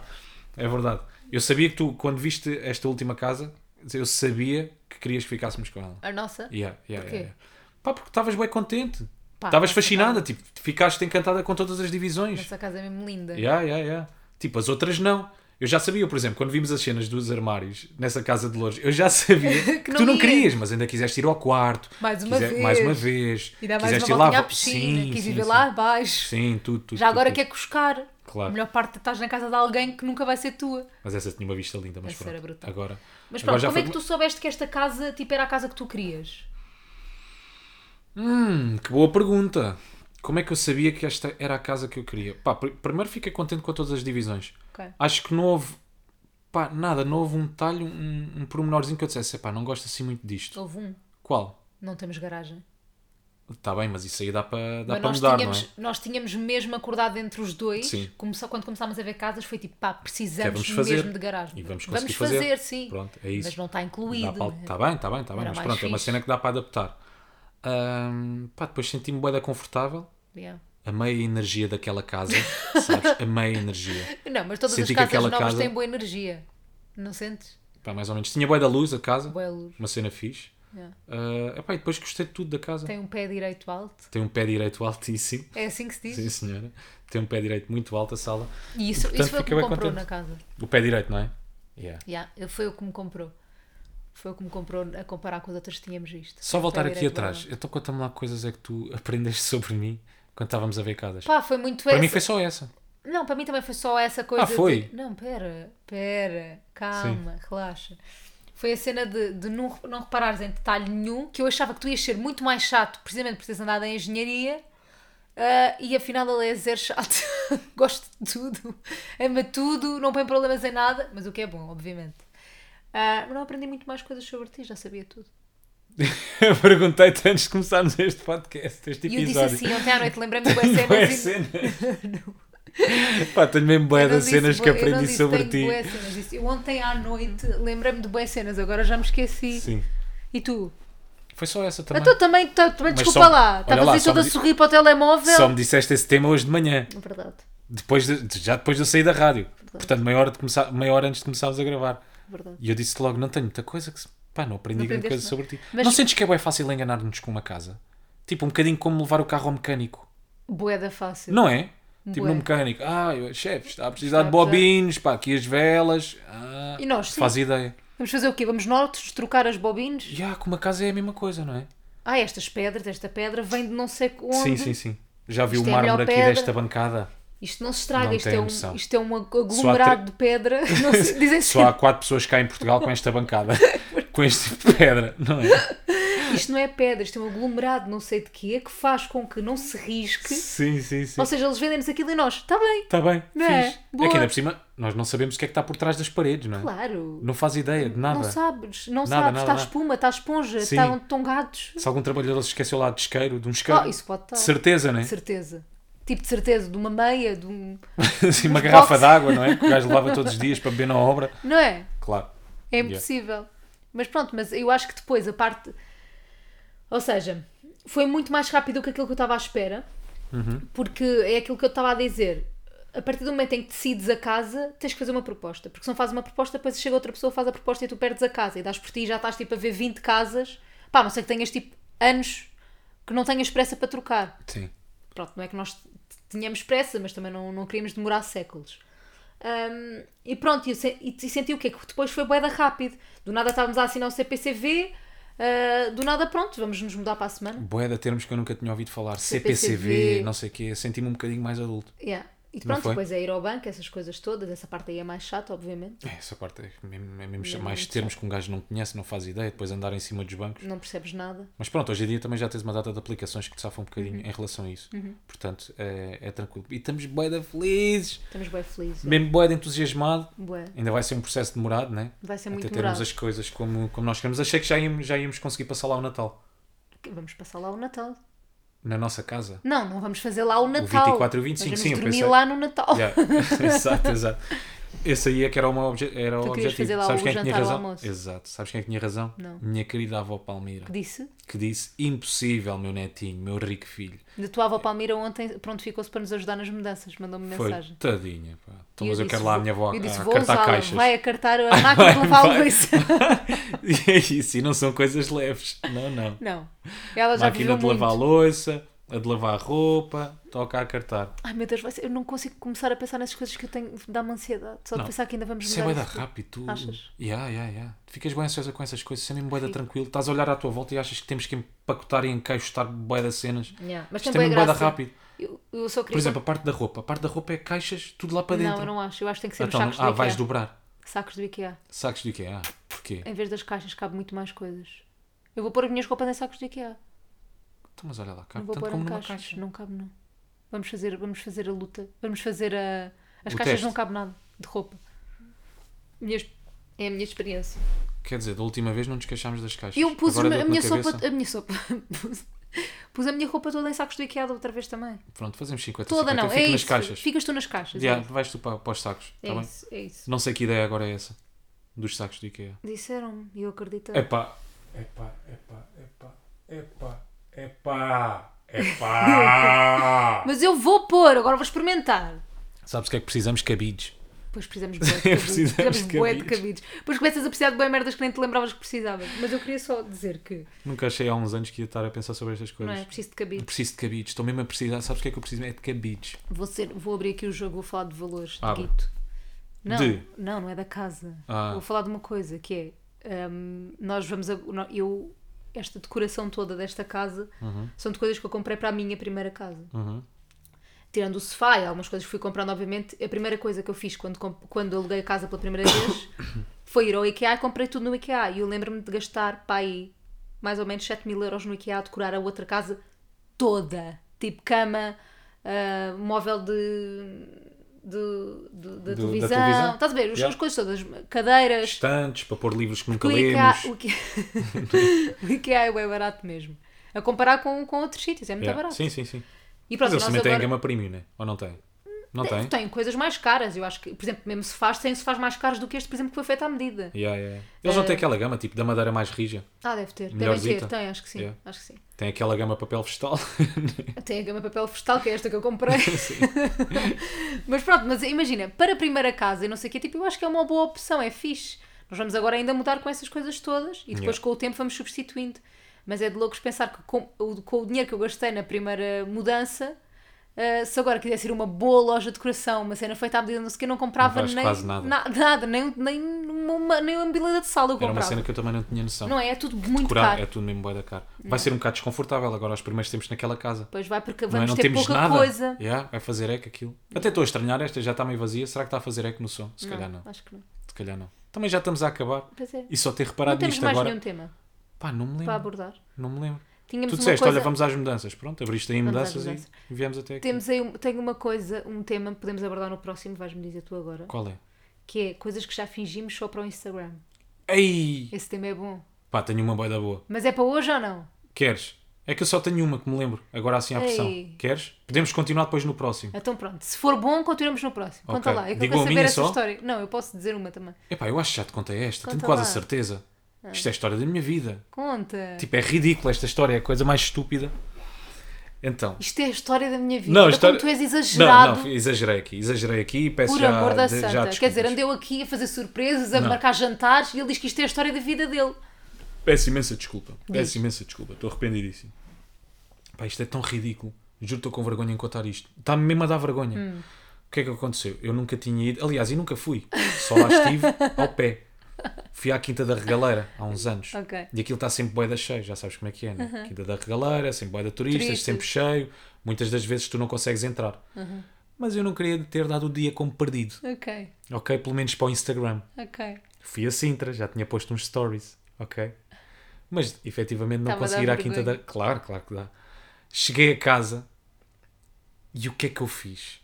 Speaker 2: É verdade. Eu sabia que tu, quando viste esta última casa, eu sabia que querias que ficássemos com ela.
Speaker 1: A nossa.
Speaker 2: Yeah, yeah,
Speaker 1: Porquê?
Speaker 2: yeah, yeah. Pá, porque estavas bem contente.
Speaker 1: Pá,
Speaker 2: Estavas
Speaker 1: nossa,
Speaker 2: fascinada, tipo, ficaste encantada com todas as divisões.
Speaker 1: Essa casa é mesmo linda.
Speaker 2: Yeah, yeah, yeah. Tipo, as outras não. Eu já sabia, por exemplo, quando vimos as cenas dos armários nessa casa de Lourdes, eu já sabia que,
Speaker 1: não
Speaker 2: tu não
Speaker 1: ia.
Speaker 2: querias, mas ainda quiseste ir ao quarto.
Speaker 1: Mais uma vez.
Speaker 2: Mais uma vez.
Speaker 1: E dá mais
Speaker 2: Quiseste
Speaker 1: uma
Speaker 2: ir lá-
Speaker 1: voltinha à piscina,
Speaker 2: Sim,
Speaker 1: quis
Speaker 2: sim,
Speaker 1: ir ver
Speaker 2: sim.
Speaker 1: lá abaixo.
Speaker 2: Sim, tudo, tudo.
Speaker 1: Já agora é-
Speaker 2: tudo,
Speaker 1: quer cuscar.
Speaker 2: Claro.
Speaker 1: A melhor parte de estás na casa de alguém que nunca vai ser tua.
Speaker 2: tudo. Mas essa tinha uma vista linda, mas
Speaker 1: Essa
Speaker 2: pronto.
Speaker 1: era brutal.
Speaker 2: Agora.
Speaker 1: Mas
Speaker 2: agora
Speaker 1: pronto,
Speaker 2: já
Speaker 1: como
Speaker 2: foi
Speaker 1: é que tu
Speaker 2: uma-
Speaker 1: soubeste que esta casa tipo, era a casa que tu querias?
Speaker 2: Hum, que boa pergunta. Como é que eu sabia que esta era a casa que eu queria? Pá, pr- primeiro fiquei contente com todas as divisões.
Speaker 1: Ok.
Speaker 2: Acho que não houve. Pá, nada, não houve um detalhe, um, um pormenorzinho que eu dissesse, pá, não gosto assim muito disto.
Speaker 1: Houve um,
Speaker 2: Qual?
Speaker 1: não temos garagem.
Speaker 2: Está Tá bem, mas isso aí dá para dá
Speaker 1: Mas
Speaker 2: para
Speaker 1: nós
Speaker 2: mudar,
Speaker 1: tínhamos,
Speaker 2: não é?
Speaker 1: nós tínhamos mesmo acordado entre os dois.
Speaker 2: Sim.
Speaker 1: Começou- quando começámos a ver casas, foi tipo, pá,
Speaker 2: Que é,
Speaker 1: precisamos
Speaker 2: vamos fazer.
Speaker 1: mesmo de garagem.
Speaker 2: E vamos conseguir
Speaker 1: vamos
Speaker 2: fazer.
Speaker 1: fazer, sim.
Speaker 2: Pronto, é isso.
Speaker 1: Mas não está incluído.
Speaker 2: Está
Speaker 1: né?
Speaker 2: tá bem, está bem, está bem,
Speaker 1: Era
Speaker 2: mas
Speaker 1: mais
Speaker 2: pronto, é uma
Speaker 1: fixe.
Speaker 2: cena que dá para adaptar. Ah, Ahm, pá, depois senti-me bué da confortável.
Speaker 1: Yeah.
Speaker 2: Amei a energia daquela casa, sabes? Amei a energia.
Speaker 1: Não, mas todas
Speaker 2: Senti
Speaker 1: as
Speaker 2: que
Speaker 1: casas
Speaker 2: aquela
Speaker 1: novas
Speaker 2: casa-
Speaker 1: têm boa energia. Não sentes?
Speaker 2: Pá, mais ou menos. Tinha bué da luz a casa,
Speaker 1: Boa luz.
Speaker 2: uma cena fixe.
Speaker 1: Yeah.
Speaker 2: Ah, epá, e depois gostei de tudo da casa. Tem,
Speaker 1: Tem um pé direito alto.
Speaker 2: um pé direito altíssimo.
Speaker 1: É assim que se diz?
Speaker 2: Sim, senhora. Tem um pé direito muito alto a sala.
Speaker 1: E isso,
Speaker 2: Portanto,
Speaker 1: isso foi o que
Speaker 2: fiquei
Speaker 1: me
Speaker 2: bem
Speaker 1: comprou
Speaker 2: contente.
Speaker 1: na casa.
Speaker 2: O pé direito, não é? Yeah.
Speaker 1: Yeah, ele foi o que me comprou. Foi o que me comprou a comparar com as outras que tínhamos visto.
Speaker 2: Só voltar aqui
Speaker 1: direito,
Speaker 2: atrás. Então conta-me lá coisas é que tu aprendeste sobre mim quando estávamos a ver casas.
Speaker 1: Pá, foi muito
Speaker 2: Para
Speaker 1: essa.
Speaker 2: mim foi só essa.
Speaker 1: Não, para mim também foi só essa coisa.
Speaker 2: Ah, foi?
Speaker 1: de- Não, pera, pera, calma, relaxa. Foi a cena de, de não, re- não reparares em detalhe nenhum, que eu achava que tu ias ser muito mais chato, precisamente por teres andado em engenharia, ah, e afinal ele é zero chato. Gosto de tudo, ama tudo, não põe problemas em nada, mas o que é bom, obviamente. Ah, mas não aprendi muito mais coisas sobre ti, já sabia tudo.
Speaker 2: Perguntei-te antes de começarmos este podcast, este
Speaker 1: E eu disse
Speaker 2: episódio.
Speaker 1: assim, ontem à noite lembrei-me de
Speaker 2: Não é
Speaker 1: cenas e-
Speaker 2: cenas. Pá, tenho mesmo bué
Speaker 1: Eu não
Speaker 2: das
Speaker 1: disse
Speaker 2: cenas
Speaker 1: bué-
Speaker 2: que
Speaker 1: eu não
Speaker 2: aprendi
Speaker 1: disse
Speaker 2: sobre
Speaker 1: tenho
Speaker 2: ti.
Speaker 1: bué cenas, disse, eu ontem à noite lembrei-me de boas cenas, agora já me esqueci.
Speaker 2: Sim.
Speaker 1: E tu?
Speaker 2: Foi só essa também.
Speaker 1: Mas tu também, tá- também
Speaker 2: Mas
Speaker 1: desculpa
Speaker 2: só-
Speaker 1: lá,
Speaker 2: olha
Speaker 1: estavas
Speaker 2: lá,
Speaker 1: aí
Speaker 2: só
Speaker 1: toda a
Speaker 2: me di-
Speaker 1: sorrir para o telemóvel. É
Speaker 2: Só me disseste esse tema hoje de manhã,
Speaker 1: Verdade,
Speaker 2: depois de- já depois de eu sair da rádio. Portanto, meia hora, de começar, meia hora antes de começarmos a gravar.
Speaker 1: é verdade.
Speaker 2: E eu disse logo: não tenho muita coisa que. se- Pá, não aprendi
Speaker 1: Não
Speaker 2: grande coisa
Speaker 1: aprendeste
Speaker 2: sobre ti.
Speaker 1: Mas-
Speaker 2: Não sentes que é bem fácil enganar-nos com uma casa? Tipo, um bocadinho como levar o carro ao mecânico.
Speaker 1: Boeda fácil.
Speaker 2: Não é? Tipo,
Speaker 1: Bué.
Speaker 2: no mecânico. Ah, eu- chefe, está a precisar
Speaker 1: Está
Speaker 2: de
Speaker 1: a precisar.
Speaker 2: bobinos, pá, aqui as velas. Ah,
Speaker 1: é. E nós, sim.
Speaker 2: Faz ideia.
Speaker 1: Vamos fazer o quê? Vamos nós trocar as bobinas?
Speaker 2: E ah, com uma casa é a mesma coisa, não é?
Speaker 1: Ah, estas pedras, esta pedra vem de não sei onde.
Speaker 2: Sim, sim, sim. Já vi
Speaker 1: Isto
Speaker 2: o
Speaker 1: é a melhor
Speaker 2: mármore aqui
Speaker 1: pedra.
Speaker 2: desta bancada.
Speaker 1: Isto não se estraga,
Speaker 2: Não
Speaker 1: isto, é
Speaker 2: tenho
Speaker 1: um,
Speaker 2: noção.
Speaker 1: isto é um
Speaker 2: Só há
Speaker 1: aglomerado
Speaker 2: tre-
Speaker 1: de pedra. Não sei, dizem
Speaker 2: Só há
Speaker 1: sempre,
Speaker 2: quatro pessoas cá em Portugal com esta bancada. com este tipo de pedra, não é?
Speaker 1: isto não é pedra, isto é um aglomerado não sei de quê, que faz com que não se risque.
Speaker 2: Sim, sim, sim.
Speaker 1: Ou seja, eles vendem-nos aquilo e nós, está bem,
Speaker 2: Está bem,
Speaker 1: Não é?
Speaker 2: fixe.
Speaker 1: Boa.
Speaker 2: É que ainda por cima, nós não sabemos o que é que está por trás das paredes, não é?
Speaker 1: claro.
Speaker 2: Não faz ideia de nada.
Speaker 1: Não sabes, não sabes,
Speaker 2: Nada, nada,
Speaker 1: está
Speaker 2: nada.
Speaker 1: espuma, está esponja,
Speaker 2: Sim.
Speaker 1: estão, estão gatos.
Speaker 2: Se algum trabalhador se esqueceu lá de isqueiro, de um isqueiro.
Speaker 1: Oh, isso pode estar.
Speaker 2: De certeza, não é?
Speaker 1: De certeza. Tipo de certeza, de uma meia, de um.
Speaker 2: assim, uma
Speaker 1: Uns
Speaker 2: garrafa
Speaker 1: boxes.
Speaker 2: d'água, não é? Que o gajo levava todos os dias para beber na obra.
Speaker 1: Não é?
Speaker 2: Claro.
Speaker 1: É
Speaker 2: Yeah.
Speaker 1: impossível. Mas pronto, mas eu acho que depois a parte. Ou seja, foi muito mais rápido que aquilo que eu estava à espera, porque é aquilo que eu estava a dizer. A partir do momento em que decides a casa, tens que fazer uma proposta. Porque se não fazes uma proposta, depois chega outra pessoa, faz a proposta e tu perdes a casa. E dás por ti e já estás tipo a ver 20 casas. Pá, a não sei que tenhas tipo anos que não tenhas pressa para trocar.
Speaker 2: Sim.
Speaker 1: pronto, não é que nós t- tínhamos pressa, mas também não, não queríamos demorar séculos. Ahm, e pronto, e eu se- e, e senti o quê? Que depois foi boeda rápido. Do nada estávamos a assinar o CPCV, ah, do nada pronto, vamos nos mudar para a semana.
Speaker 2: Boé de termos que eu nunca tinha ouvido falar.
Speaker 1: CPCV,
Speaker 2: CPCV, não sei o quê. Senti-me um bocadinho mais adulto.
Speaker 1: Yeah. E
Speaker 2: Não
Speaker 1: pronto,
Speaker 2: foi?
Speaker 1: depois é ir ao banco, essas coisas todas, essa parte aí é mais chata, obviamente.
Speaker 2: É, essa parte é mesmo, é mesmo
Speaker 1: Não é
Speaker 2: mais
Speaker 1: muito
Speaker 2: termos que um gajo não conhece, não faz ideia, depois andar em cima dos bancos.
Speaker 1: Não percebes nada.
Speaker 2: Mas pronto, hoje em dia também já tens uma data de aplicações que te safam um bocadinho
Speaker 1: Uhum.
Speaker 2: em relação a isso. Portanto, é, é tranquilo. E estamos bué de felizes,
Speaker 1: Estamos bem felizes. é.
Speaker 2: mesmo bué de entusiasmado.
Speaker 1: Bué.
Speaker 2: Ainda vai ser um processo demorado, né?
Speaker 1: Vai ser
Speaker 2: Até
Speaker 1: muito
Speaker 2: termos
Speaker 1: demorado.
Speaker 2: as coisas como, como nós queremos. Achei que já íamos, já íamos conseguir passar lá o Natal.
Speaker 1: Vamos passar lá o Natal.
Speaker 2: Na nossa casa.
Speaker 1: Não, não vamos fazer lá o Natal.
Speaker 2: 24 e o 25,
Speaker 1: Mas
Speaker 2: sim, eu
Speaker 1: vamos dormir
Speaker 2: pensei.
Speaker 1: lá no Natal.
Speaker 2: Yeah. exato, exato. Esse aí é que era, uma obje- era o
Speaker 1: Tu querias
Speaker 2: objetivo.
Speaker 1: fazer lá
Speaker 2: Sabes
Speaker 1: o
Speaker 2: quem é que tinha
Speaker 1: jantar ao
Speaker 2: razão?
Speaker 1: almoço.
Speaker 2: Exato. Sabes quem é que tinha razão?
Speaker 1: Não.
Speaker 2: Minha querida avó Palmira.
Speaker 1: Que disse?
Speaker 2: Que disse: impossível, meu netinho, meu rico filho.
Speaker 1: Da tua avó Palmira ontem, pronto, ficou-se para nos ajudar nas mudanças, mandou-me
Speaker 2: Foi
Speaker 1: mensagem.
Speaker 2: tadinha. Pá. Então,
Speaker 1: E
Speaker 2: mas eu,
Speaker 1: disse,
Speaker 2: quero lá a
Speaker 1: "Vou-
Speaker 2: minha avó a,
Speaker 1: eu disse,
Speaker 2: a
Speaker 1: vou
Speaker 2: cartar
Speaker 1: usá-la,
Speaker 2: caixas.
Speaker 1: Vai a cartar a máquina de lavar a
Speaker 2: vai.
Speaker 1: louça.
Speaker 2: e é isso, e não são coisas leves. Não, não.
Speaker 1: Não. Ela já
Speaker 2: Máquina
Speaker 1: viveu
Speaker 2: de lavar a
Speaker 1: muito.
Speaker 2: louça, a de lavar a roupa, toca a cartar.
Speaker 1: Ai meu Deus, vai ser- eu não consigo começar a pensar nessas coisas que eu tenho, dá-me ansiedade. Só de
Speaker 2: Não.
Speaker 1: pensar que ainda vamos
Speaker 2: Isso é
Speaker 1: mudar
Speaker 2: boeda
Speaker 1: isto.
Speaker 2: rápido, tu.
Speaker 1: Achas?
Speaker 2: Ya, ya, ya. Tu ficas bem ansiosa com essas coisas, isso é mesmo boeda tranquilo. Estás a olhar à tua volta e achas que temos que empacotar e encaixotar boeda cenas.
Speaker 1: Yeah, Mas
Speaker 2: Isto
Speaker 1: tem
Speaker 2: é mesmo
Speaker 1: boa
Speaker 2: boeda
Speaker 1: graça.
Speaker 2: rápido.
Speaker 1: Eu, eu só queria...
Speaker 2: Por exemplo, a parte da roupa. A parte da roupa é caixas, tudo lá para dentro.
Speaker 1: Não, eu não acho. Eu acho que é. tem que ser
Speaker 2: Então,
Speaker 1: nos sacos
Speaker 2: ah,
Speaker 1: do IKEA.
Speaker 2: vais dobrar.
Speaker 1: Sacos do IKEA.
Speaker 2: Sacos do IKEA. Ah, porquê?
Speaker 1: Em vez das caixas cabe muito mais coisas. Eu vou pôr as minhas roupas em sacos do IKEA.
Speaker 2: Então, mas olha lá,
Speaker 1: Não
Speaker 2: cabe
Speaker 1: vou
Speaker 2: tanto
Speaker 1: pôr
Speaker 2: como
Speaker 1: em
Speaker 2: numa
Speaker 1: caixas.
Speaker 2: caixa.
Speaker 1: Não cabe não. Vamos fazer, vamos fazer a luta. Vamos fazer a... As
Speaker 2: O
Speaker 1: caixas
Speaker 2: teste.
Speaker 1: não cabe nada de roupa. Minhas- É a minha experiência.
Speaker 2: Quer dizer, da última vez não nos queixámos das caixas.
Speaker 1: Eu pus
Speaker 2: Agora
Speaker 1: a, mi- a
Speaker 2: dou-te na
Speaker 1: minha sopa,
Speaker 2: cabeça.
Speaker 1: a minha sopa, pus, pus a minha roupa toda em sacos do IKEA da outra vez também.
Speaker 2: Pronto, fazemos 50,
Speaker 1: Toda
Speaker 2: 50.
Speaker 1: não, é
Speaker 2: Eu fico Então nas
Speaker 1: isso.
Speaker 2: caixas.
Speaker 1: Ficas tu nas caixas.
Speaker 2: Ya,
Speaker 1: é isso.
Speaker 2: vais tu para, para os sacos,
Speaker 1: É,
Speaker 2: está bem?
Speaker 1: isso, é isso.
Speaker 2: Não sei que ideia agora é essa. Dos sacos do IKEA.
Speaker 1: É. Disseram-me e eu acreditei.
Speaker 2: Epá. Epá, epá, epá, epá, Epá! Epá!
Speaker 1: Mas eu vou pôr, agora vou experimentar.
Speaker 2: Sabes o que é que precisamos? Cabides.
Speaker 1: Depois precisamos bué de cabides.
Speaker 2: Precisamos
Speaker 1: precisamos
Speaker 2: de
Speaker 1: bué de
Speaker 2: cabides.
Speaker 1: cabides. Depois começas a precisar de boé merdas que nem te lembravas que precisavas. Mas eu queria só dizer que
Speaker 2: Nunca achei há uns anos que ia estar a pensar sobre estas
Speaker 1: não
Speaker 2: coisas.
Speaker 1: é preciso de
Speaker 2: Eu
Speaker 1: cabides.
Speaker 2: Preciso de cabides. Estou mesmo a precisar. Sabes o que é que eu preciso? É de cabides.
Speaker 1: Vou, ser, vou abrir aqui o jogo, vou falar de valores de
Speaker 2: Abre.
Speaker 1: guito. Não,
Speaker 2: De?
Speaker 1: não, não é da casa.
Speaker 2: Ah.
Speaker 1: Vou falar de uma coisa que é hum, nós vamos a, nó- eu esta decoração toda desta casa são de coisas que eu comprei para a minha primeira casa.
Speaker 2: Uhum.
Speaker 1: Tirando o sofá e algumas coisas que fui comprando, obviamente, a primeira coisa que eu fiz quando, comp- quando aluguei a casa pela primeira vez foi ir ao IKEA e comprei tudo no IKEA. E eu lembro-me de gastar para aí mais ou menos 7 mil euros no IKEA a decorar a outra casa toda. Tipo cama, ah, móvel de, de, de- da
Speaker 2: da
Speaker 1: televisão.
Speaker 2: televisão.
Speaker 1: Estás a ver? As
Speaker 2: Yeah.
Speaker 1: as coisas todas, cadeiras,
Speaker 2: Estantes para pôr livros que nunca
Speaker 1: o IKEA,
Speaker 2: lemos.
Speaker 1: o, que... é o IKEA é bem barato mesmo. A comparar com, com outros sítios, é muito
Speaker 2: Yeah.
Speaker 1: barato.
Speaker 2: Sim, sim, sim.
Speaker 1: E
Speaker 2: Mas
Speaker 1: pronto,
Speaker 2: eles
Speaker 1: nós
Speaker 2: também
Speaker 1: agora...
Speaker 2: têm gama premium, né? Ou não têm? Não têm?
Speaker 1: Tem coisas mais caras, eu acho que, por exemplo, mesmo sofás, tem sofás mais caros do que este, por exemplo, que foi feito à medida.
Speaker 2: Yeah, yeah, yeah. Eles
Speaker 1: Eh,
Speaker 2: não têm aquela gama tipo da madeira mais rija.
Speaker 1: Ah, deve ter, devem
Speaker 2: Melhorzita.
Speaker 1: ter, tem, acho que sim,
Speaker 2: Yeah.
Speaker 1: acho que sim.
Speaker 2: Tem aquela gama papel vegetal.
Speaker 1: Tem a gama papel vegetal, que é esta que eu comprei. mas pronto, mas imagina, para a primeira casa e não sei o quê, tipo, eu acho que é uma boa opção, é fixe. Nós vamos agora ainda mudar com essas coisas todas e depois
Speaker 2: Yeah.
Speaker 1: com o tempo vamos substituindo. Mas é de loucos pensar que com o, com o dinheiro que eu gastei na primeira mudança, ah, se agora quisesse ir a uma boa loja de decoração, uma cena feita à medida, não sei o quê, eu não comprava
Speaker 2: Não vais
Speaker 1: nem,
Speaker 2: quase nada.
Speaker 1: na- nada, nem, nem, uma, nem uma bilhete de sala eu
Speaker 2: Era uma
Speaker 1: comprava.
Speaker 2: cena que eu também não tinha noção.
Speaker 1: Não é? É tudo muito
Speaker 2: Curar
Speaker 1: caro.
Speaker 2: é tudo mesmo bué da cara. Vai ser um bocado desconfortável agora os primeiros tempos naquela casa.
Speaker 1: Pois vai, porque
Speaker 2: Não, é?
Speaker 1: vamos
Speaker 2: não
Speaker 1: ter
Speaker 2: temos
Speaker 1: pouca
Speaker 2: nada.
Speaker 1: coisa.
Speaker 2: Yeah, vai fazer eco aquilo. Até estou a estranhar esta, já está meio vazia. Será que está a fazer eco no som? Se calhar não.
Speaker 1: Acho que não.
Speaker 2: Se calhar não. Também já estamos a acabar.
Speaker 1: Pois é.
Speaker 2: E só ter
Speaker 1: Não
Speaker 2: reparado
Speaker 1: temos
Speaker 2: nisto
Speaker 1: mais
Speaker 2: agora.
Speaker 1: nenhum tema
Speaker 2: Pá, não me
Speaker 1: para
Speaker 2: lembro.
Speaker 1: abordar.
Speaker 2: Não me lembro.
Speaker 1: Tínhamos
Speaker 2: Tu
Speaker 1: uma
Speaker 2: disseste,
Speaker 1: coisa...
Speaker 2: olha, vamos às mudanças. Pronto, abriste aí
Speaker 1: Vamos às
Speaker 2: mudanças
Speaker 1: mudanças.
Speaker 2: e viemos até aqui.
Speaker 1: Temos aí um... Tenho uma coisa, um tema que podemos abordar no próximo, vais-me dizer tu agora,
Speaker 2: Qual é?
Speaker 1: que é coisas que já fingimos só para o Instagram.
Speaker 2: Ei!
Speaker 1: Esse tema é bom.
Speaker 2: Pá, tenho uma boida boa.
Speaker 1: Mas é para hoje ou não?
Speaker 2: Queres? É que eu só tenho uma que me lembro, agora assim à pressão.
Speaker 1: Ei.
Speaker 2: Queres? Podemos continuar depois no próximo.
Speaker 1: Então pronto, se for bom, continuamos no próximo.
Speaker 2: Ok.
Speaker 1: Conta lá, é que
Speaker 2: Digo
Speaker 1: eu quero
Speaker 2: a
Speaker 1: saber
Speaker 2: minha
Speaker 1: essa
Speaker 2: só?
Speaker 1: história. Não, eu posso dizer uma também.
Speaker 2: Epá, eu acho que já te contei esta,
Speaker 1: Conta
Speaker 2: tenho quase
Speaker 1: lá. Ah.
Speaker 2: a certeza. Isto é a história da minha vida.
Speaker 1: Conta.
Speaker 2: Tipo, é ridículo esta história, é a coisa mais estúpida. Então.
Speaker 1: Isto é a história da minha vida.
Speaker 2: Não, a
Speaker 1: Olha
Speaker 2: história-
Speaker 1: Como tu és
Speaker 2: Não,
Speaker 1: exagerado.
Speaker 2: não, exagerei aqui, exagerei aqui e peço
Speaker 1: Por
Speaker 2: já,
Speaker 1: amor da
Speaker 2: de- já
Speaker 1: santa. Quer
Speaker 2: desculpas.
Speaker 1: dizer, andeu aqui a fazer surpresas, a
Speaker 2: Não.
Speaker 1: marcar jantares e ele diz que isto é a história da vida dele.
Speaker 2: Peço imensa desculpa.
Speaker 1: Diz.
Speaker 2: Peço imensa desculpa. Estou arrependidíssimo. Pá, isto é tão ridículo. Juro que estou com vergonha em contar isto. Está-me mesmo a dar vergonha.
Speaker 1: Hum.
Speaker 2: O que é que aconteceu? Eu nunca tinha ido. Aliás, e nunca fui. Só lá estive ao pé. Fui à Quinta da Regaleira há uns anos.
Speaker 1: Ok.
Speaker 2: E aquilo está sempre boeda cheio, já sabes como é que é, né? Quinta da Regaleira, sempre boeda turistas,
Speaker 1: Turistas.
Speaker 2: sempre cheio. Muitas das vezes tu não consegues entrar. Mas eu não queria ter dado o dia como perdido.
Speaker 1: Ok,
Speaker 2: Ok? Pelo menos para o Instagram.
Speaker 1: ok.
Speaker 2: Fui a Sintra, já tinha posto uns stories, ok? Mas efetivamente não
Speaker 1: Tá-me a dar
Speaker 2: consegui ir à
Speaker 1: vergonha.
Speaker 2: quinta da. Claro, claro que dá. Cheguei a casa e o que é que eu fiz?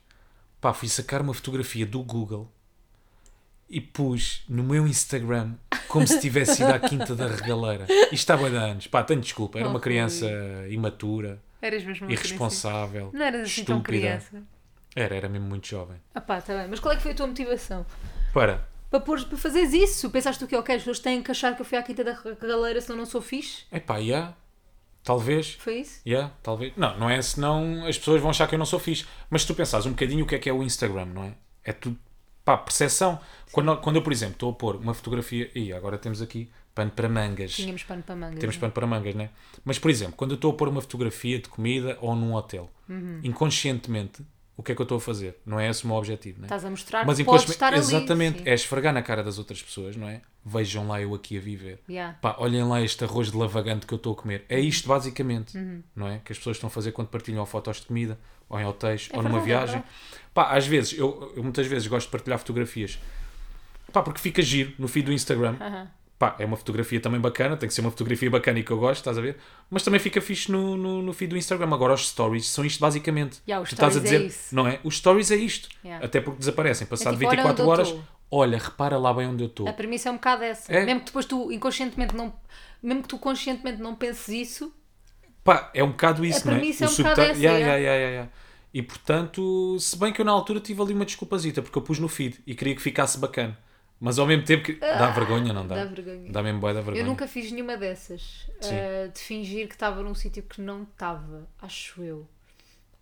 Speaker 2: Pá, fui sacar uma fotografia do Google e pus no meu Instagram como se tivesse ido à Quinta da Regaleira. Isto estava há anos. Pá, tenho desculpa, era
Speaker 1: Oh,
Speaker 2: uma
Speaker 1: Rui.
Speaker 2: criança imatura,
Speaker 1: Eras mesmo uma
Speaker 2: irresponsável,
Speaker 1: criança. Não eras assim tão criança.
Speaker 2: Era, era mesmo muito jovem.
Speaker 1: Ah pá, tá bem. Mas qual é que foi a tua motivação?
Speaker 2: Para,
Speaker 1: Para, pôr, para fazeres isso? Pensaste o que ok, as pessoas têm que achar que eu fui à quinta da galera senão não sou fixe?
Speaker 2: epá, já, talvez.
Speaker 1: Foi isso?
Speaker 2: Yeah, talvez. Não, não é senão as pessoas vão achar que eu não sou fixe. Mas se tu pensares um bocadinho o que é que é o Instagram, não é? É tudo, pá, percepção. Quando, quando eu, por exemplo, estou a pôr uma fotografia, e agora temos aqui pano para mangas.
Speaker 1: Tínhamos pano para mangas.
Speaker 2: Temos
Speaker 1: não é?
Speaker 2: pano para mangas, né? Mas, por exemplo, quando eu estou a pôr uma fotografia de comida ou num hotel,
Speaker 1: Uhum.
Speaker 2: inconscientemente, o que é que eu estou a fazer? Não é esse o meu objetivo, né?
Speaker 1: Estás a mostrar
Speaker 2: Mas
Speaker 1: que podes
Speaker 2: inconscientemente,
Speaker 1: estar ali.
Speaker 2: exatamente,
Speaker 1: sim.
Speaker 2: é esfregar na cara das outras pessoas, não é? Vejam lá eu aqui a viver.
Speaker 1: Yeah.
Speaker 2: é. Pá, olhem lá este arroz de lavagante que eu estou a comer. É isto basicamente,
Speaker 1: Uhum.
Speaker 2: não é? Que as pessoas estão a fazer quando partilham fotos de comida, ou em hotéis, ou numa
Speaker 1: verdade, é
Speaker 2: viagem. Pá, às vezes, eu, eu muitas vezes gosto de partilhar fotografias. Pá, porque fica giro no feed do Instagram.
Speaker 1: Aham.
Speaker 2: Pá, é uma fotografia também bacana, tem que ser uma fotografia bacana e que eu gosto, estás a ver? Mas também fica fixe no, no, no feed do Instagram. Agora, os stories são isto basicamente.
Speaker 1: Yeah, os
Speaker 2: tu estás a
Speaker 1: stories é
Speaker 2: dizer,
Speaker 1: isso.
Speaker 2: não é? Os stories é isto.
Speaker 1: Yeah.
Speaker 2: Até porque desaparecem. Passado
Speaker 1: tipo, olha onde
Speaker 2: 24
Speaker 1: eu
Speaker 2: horas,
Speaker 1: estou.
Speaker 2: olha, repara lá bem onde eu estou.
Speaker 1: A premissa é um bocado essa.
Speaker 2: É.
Speaker 1: Mesmo que depois tu inconscientemente não. Mesmo que tu conscientemente não penses isso,
Speaker 2: Pá, é um bocado isso,
Speaker 1: A
Speaker 2: não é?
Speaker 1: premissa é um
Speaker 2: subta-
Speaker 1: bocado essa,
Speaker 2: Yeah,
Speaker 1: é.
Speaker 2: yeah, yeah, yeah, yeah. E portanto, se bem que eu na altura tive ali uma desculpazita, porque eu pus no feed e queria que ficasse bacana. Mas ao mesmo tempo que. Dá vergonha, não dá?
Speaker 1: Ah, dá vergonha.
Speaker 2: Dá mesmo boia da vergonha.
Speaker 1: Eu nunca fiz nenhuma dessas.
Speaker 2: Sim.
Speaker 1: ah, de fingir que estava num sítio que não estava, acho eu.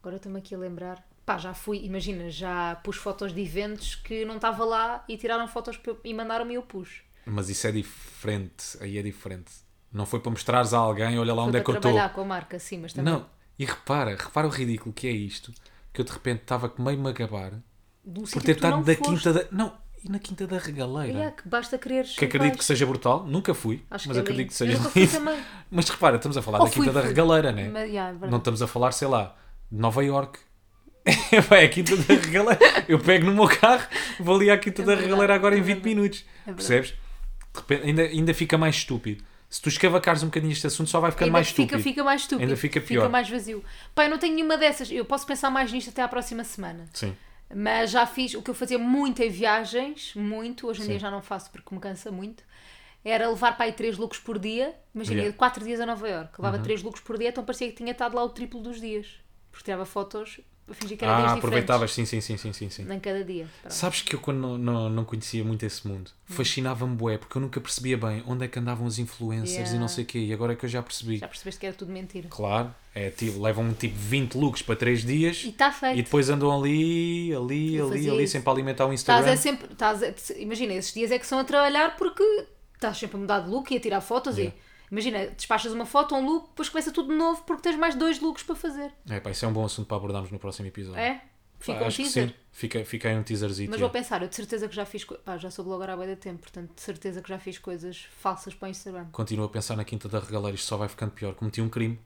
Speaker 1: Agora estou-me aqui a lembrar. Pá, já fui, imagina, já pus fotos de eventos que não estava lá e tiraram fotos para eu- e mandaram-me e eu pus.
Speaker 2: Mas isso é diferente. Aí é diferente. Não foi para mostrares a alguém, olha lá
Speaker 1: Foi
Speaker 2: onde é que
Speaker 1: para
Speaker 2: eu estou.
Speaker 1: trabalhar com a marca, sim, mas também
Speaker 2: Não, e repara, repara o ridículo que é isto. Que eu de repente estava meio-me a gabar
Speaker 1: de um
Speaker 2: por
Speaker 1: sítio
Speaker 2: ter
Speaker 1: que tu
Speaker 2: estado
Speaker 1: não
Speaker 2: na
Speaker 1: foste.
Speaker 2: quinta da. Não, e na quinta da regaleira.
Speaker 1: Yeah, que basta quereres.
Speaker 2: Que
Speaker 1: e
Speaker 2: acredito que
Speaker 1: vais.
Speaker 2: seja brutal, nunca fui,
Speaker 1: Acho
Speaker 2: mas
Speaker 1: que é
Speaker 2: acredito
Speaker 1: lindo.
Speaker 2: que seja
Speaker 1: Eu nunca fui
Speaker 2: lindo.
Speaker 1: também.
Speaker 2: Mas repara, estamos a falar
Speaker 1: Ou
Speaker 2: da
Speaker 1: fui,
Speaker 2: Quinta da
Speaker 1: fui.
Speaker 2: Regaleira, né?
Speaker 1: Mas, yeah, é verdade.
Speaker 2: Não estamos a falar, sei lá, de Nova York. Vai à Quinta da Regaleira. Eu pego no meu carro, vou ali à Quinta
Speaker 1: É
Speaker 2: da
Speaker 1: verdade,
Speaker 2: Regaleira agora
Speaker 1: é
Speaker 2: em 20
Speaker 1: verdade.
Speaker 2: minutos. Percebes? De repente, ainda, ainda fica mais estúpido. Se tu escavacares um bocadinho este assunto, só vai ficando
Speaker 1: Ainda
Speaker 2: mais
Speaker 1: fica,
Speaker 2: estúpido.
Speaker 1: fica mais estúpido.
Speaker 2: Ainda fica pior.
Speaker 1: mais vazio. Pá, eu não tenho nenhuma dessas. Eu posso pensar mais nisto até à próxima semana.
Speaker 2: Sim.
Speaker 1: Mas já fiz, o que eu fazia muito em viagens, muito, hoje em dia
Speaker 2: Sim.
Speaker 1: já não faço porque me cansa muito, era levar para aí três looks por dia. Imagina,
Speaker 2: Yeah. Uhum.
Speaker 1: de quatro dias a Nova Iorque, levava três looks por dia, então parecia que tinha estado lá o triplo dos dias. Porque tirava fotos, eu fingia que era dias
Speaker 2: Ah,
Speaker 1: diferentes.
Speaker 2: aproveitavas, sim, sim, sim, sim, sim. sim.
Speaker 1: Em cada dia. Pronto.
Speaker 2: Sabes que eu quando não, não, não conhecia muito esse mundo,
Speaker 1: Hum.
Speaker 2: fascinava-me bué, porque eu nunca percebia bem onde é que andavam os influencers e
Speaker 1: Yeah.
Speaker 2: não sei o quê, e agora é que eu já percebi.
Speaker 1: Já percebeste que era tudo mentira.
Speaker 2: Claro, é, tipo, levam tipo 20 looks para 3 dias
Speaker 1: E está
Speaker 2: e
Speaker 1: feito.
Speaker 2: depois andam ali, ali,
Speaker 1: Eu
Speaker 2: ali,
Speaker 1: fazia
Speaker 2: ali,
Speaker 1: isso.
Speaker 2: sempre a alimentar o
Speaker 1: Estás
Speaker 2: Instagram.
Speaker 1: é sempre. Estás a- imagina, esses dias é que são a trabalhar porque estás sempre a mudar de look e a tirar fotos
Speaker 2: Yeah.
Speaker 1: e. Imagina, despachas uma foto, um look, depois começa tudo de novo porque tens mais dois looks para fazer.
Speaker 2: É, pá, isso é um bom assunto para abordarmos no próximo episódio.
Speaker 1: É?
Speaker 2: Pá,
Speaker 1: Fica um
Speaker 2: acho que
Speaker 1: teaser.
Speaker 2: sim. Fica, fica aí um teaserzinho.
Speaker 1: Mas
Speaker 2: é.
Speaker 1: vou pensar, eu de certeza que já fiz. co- Pá, já sou blogger há bué de tempo, portanto, de certeza que já fiz coisas falsas para o Instagram.
Speaker 2: Continuo a pensar na quinta da regaleira, isto só vai ficando pior. Cometi um crime,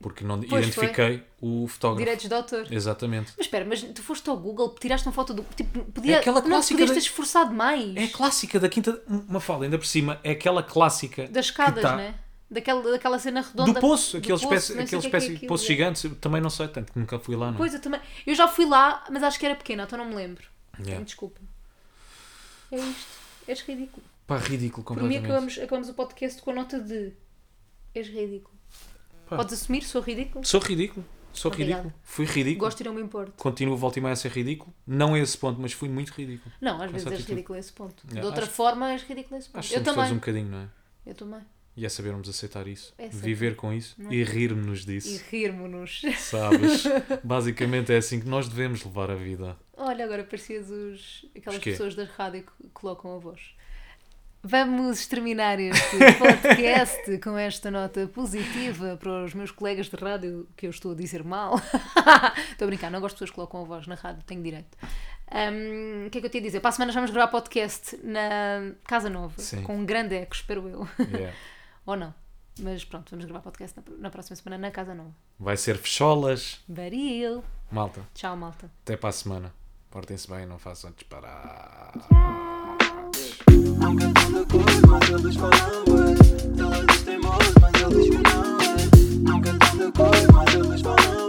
Speaker 2: porque não
Speaker 1: foi.
Speaker 2: identifiquei o fotógrafo.
Speaker 1: Direitos de autor.
Speaker 2: Exatamente.
Speaker 1: Mas espera, mas tu foste ao Google, tiraste uma foto do. Tipo, podia,
Speaker 2: É aquela
Speaker 1: não te
Speaker 2: clássica
Speaker 1: podias
Speaker 2: da-
Speaker 1: ter esforçado mais.
Speaker 2: É a clássica da quinta, uma fala ainda por cima, é aquela clássica
Speaker 1: Das
Speaker 2: que
Speaker 1: escadas,
Speaker 2: tá-
Speaker 1: né? Daquela, daquela cena redonda.
Speaker 2: Do poço, aquele
Speaker 1: poço,
Speaker 2: espécie,
Speaker 1: não sei
Speaker 2: aquele
Speaker 1: o que é que
Speaker 2: espécie de
Speaker 1: aquilo
Speaker 2: poço
Speaker 1: é.
Speaker 2: gigante, também não sei tanto, que nunca fui lá, não.
Speaker 1: Pois, eu também. Eu já fui lá, mas acho que era pequena, então não me lembro.
Speaker 2: Yeah.
Speaker 1: Desculpa. É isto. És ridículo.
Speaker 2: Pá, ridículo
Speaker 1: Por mim, é
Speaker 2: completamente.
Speaker 1: acabamos, acabamos o podcast com a nota de. És ridículo.
Speaker 2: Pá.
Speaker 1: Podes assumir, sou ridículo.
Speaker 2: Sou ridículo. Sou
Speaker 1: Obrigada.
Speaker 2: ridículo. Fui ridículo.
Speaker 1: Gosto e não me importo.
Speaker 2: Continuo volta e meia a ser ridículo. Não a esse ponto, mas fui muito ridículo.
Speaker 1: Não, às
Speaker 2: Com
Speaker 1: vezes
Speaker 2: essa
Speaker 1: és
Speaker 2: atitude.
Speaker 1: ridículo a esse ponto.
Speaker 2: É Yeah,
Speaker 1: de outra
Speaker 2: acho-
Speaker 1: forma, és ridículo a esse ponto.
Speaker 2: Acho que
Speaker 1: eu
Speaker 2: somos todos
Speaker 1: também.
Speaker 2: um bocadinho, não é?
Speaker 1: Eu também.
Speaker 2: E é sabermos aceitar isso.
Speaker 1: É aceitar.
Speaker 2: Viver com isso e rir-nos disso.
Speaker 1: E rirmo-nos.
Speaker 2: Sabes? Basicamente é assim que nós devemos levar a vida.
Speaker 1: Olha, agora parecias os... aquelas
Speaker 2: Os quê?
Speaker 1: pessoas da rádio que colocam a voz. Vamos terminar este podcast com esta nota positiva para os meus colegas de rádio que eu estou a dizer mal. estou a brincar, não gosto de pessoas que colocam a voz na rádio, tenho direito. Hum, O que é que eu tinha a dizer? Para a semana já vamos gravar podcast na Casa Nova,
Speaker 2: Sim.
Speaker 1: com um grande eco, espero eu.
Speaker 2: Yeah.
Speaker 1: Ou não. Mas pronto, vamos gravar podcast na, na próxima semana na Casa Nova.
Speaker 2: Vai ser fecholas.
Speaker 1: Baril.
Speaker 2: Malta,
Speaker 1: Tchau, malta.
Speaker 2: até para a semana. Portem-se bem, não façam disparar.
Speaker 3: I'm contando cores, mas eles falam bué. Elas dizem moço, mas eles não é. I'm contando cores, mas eles falam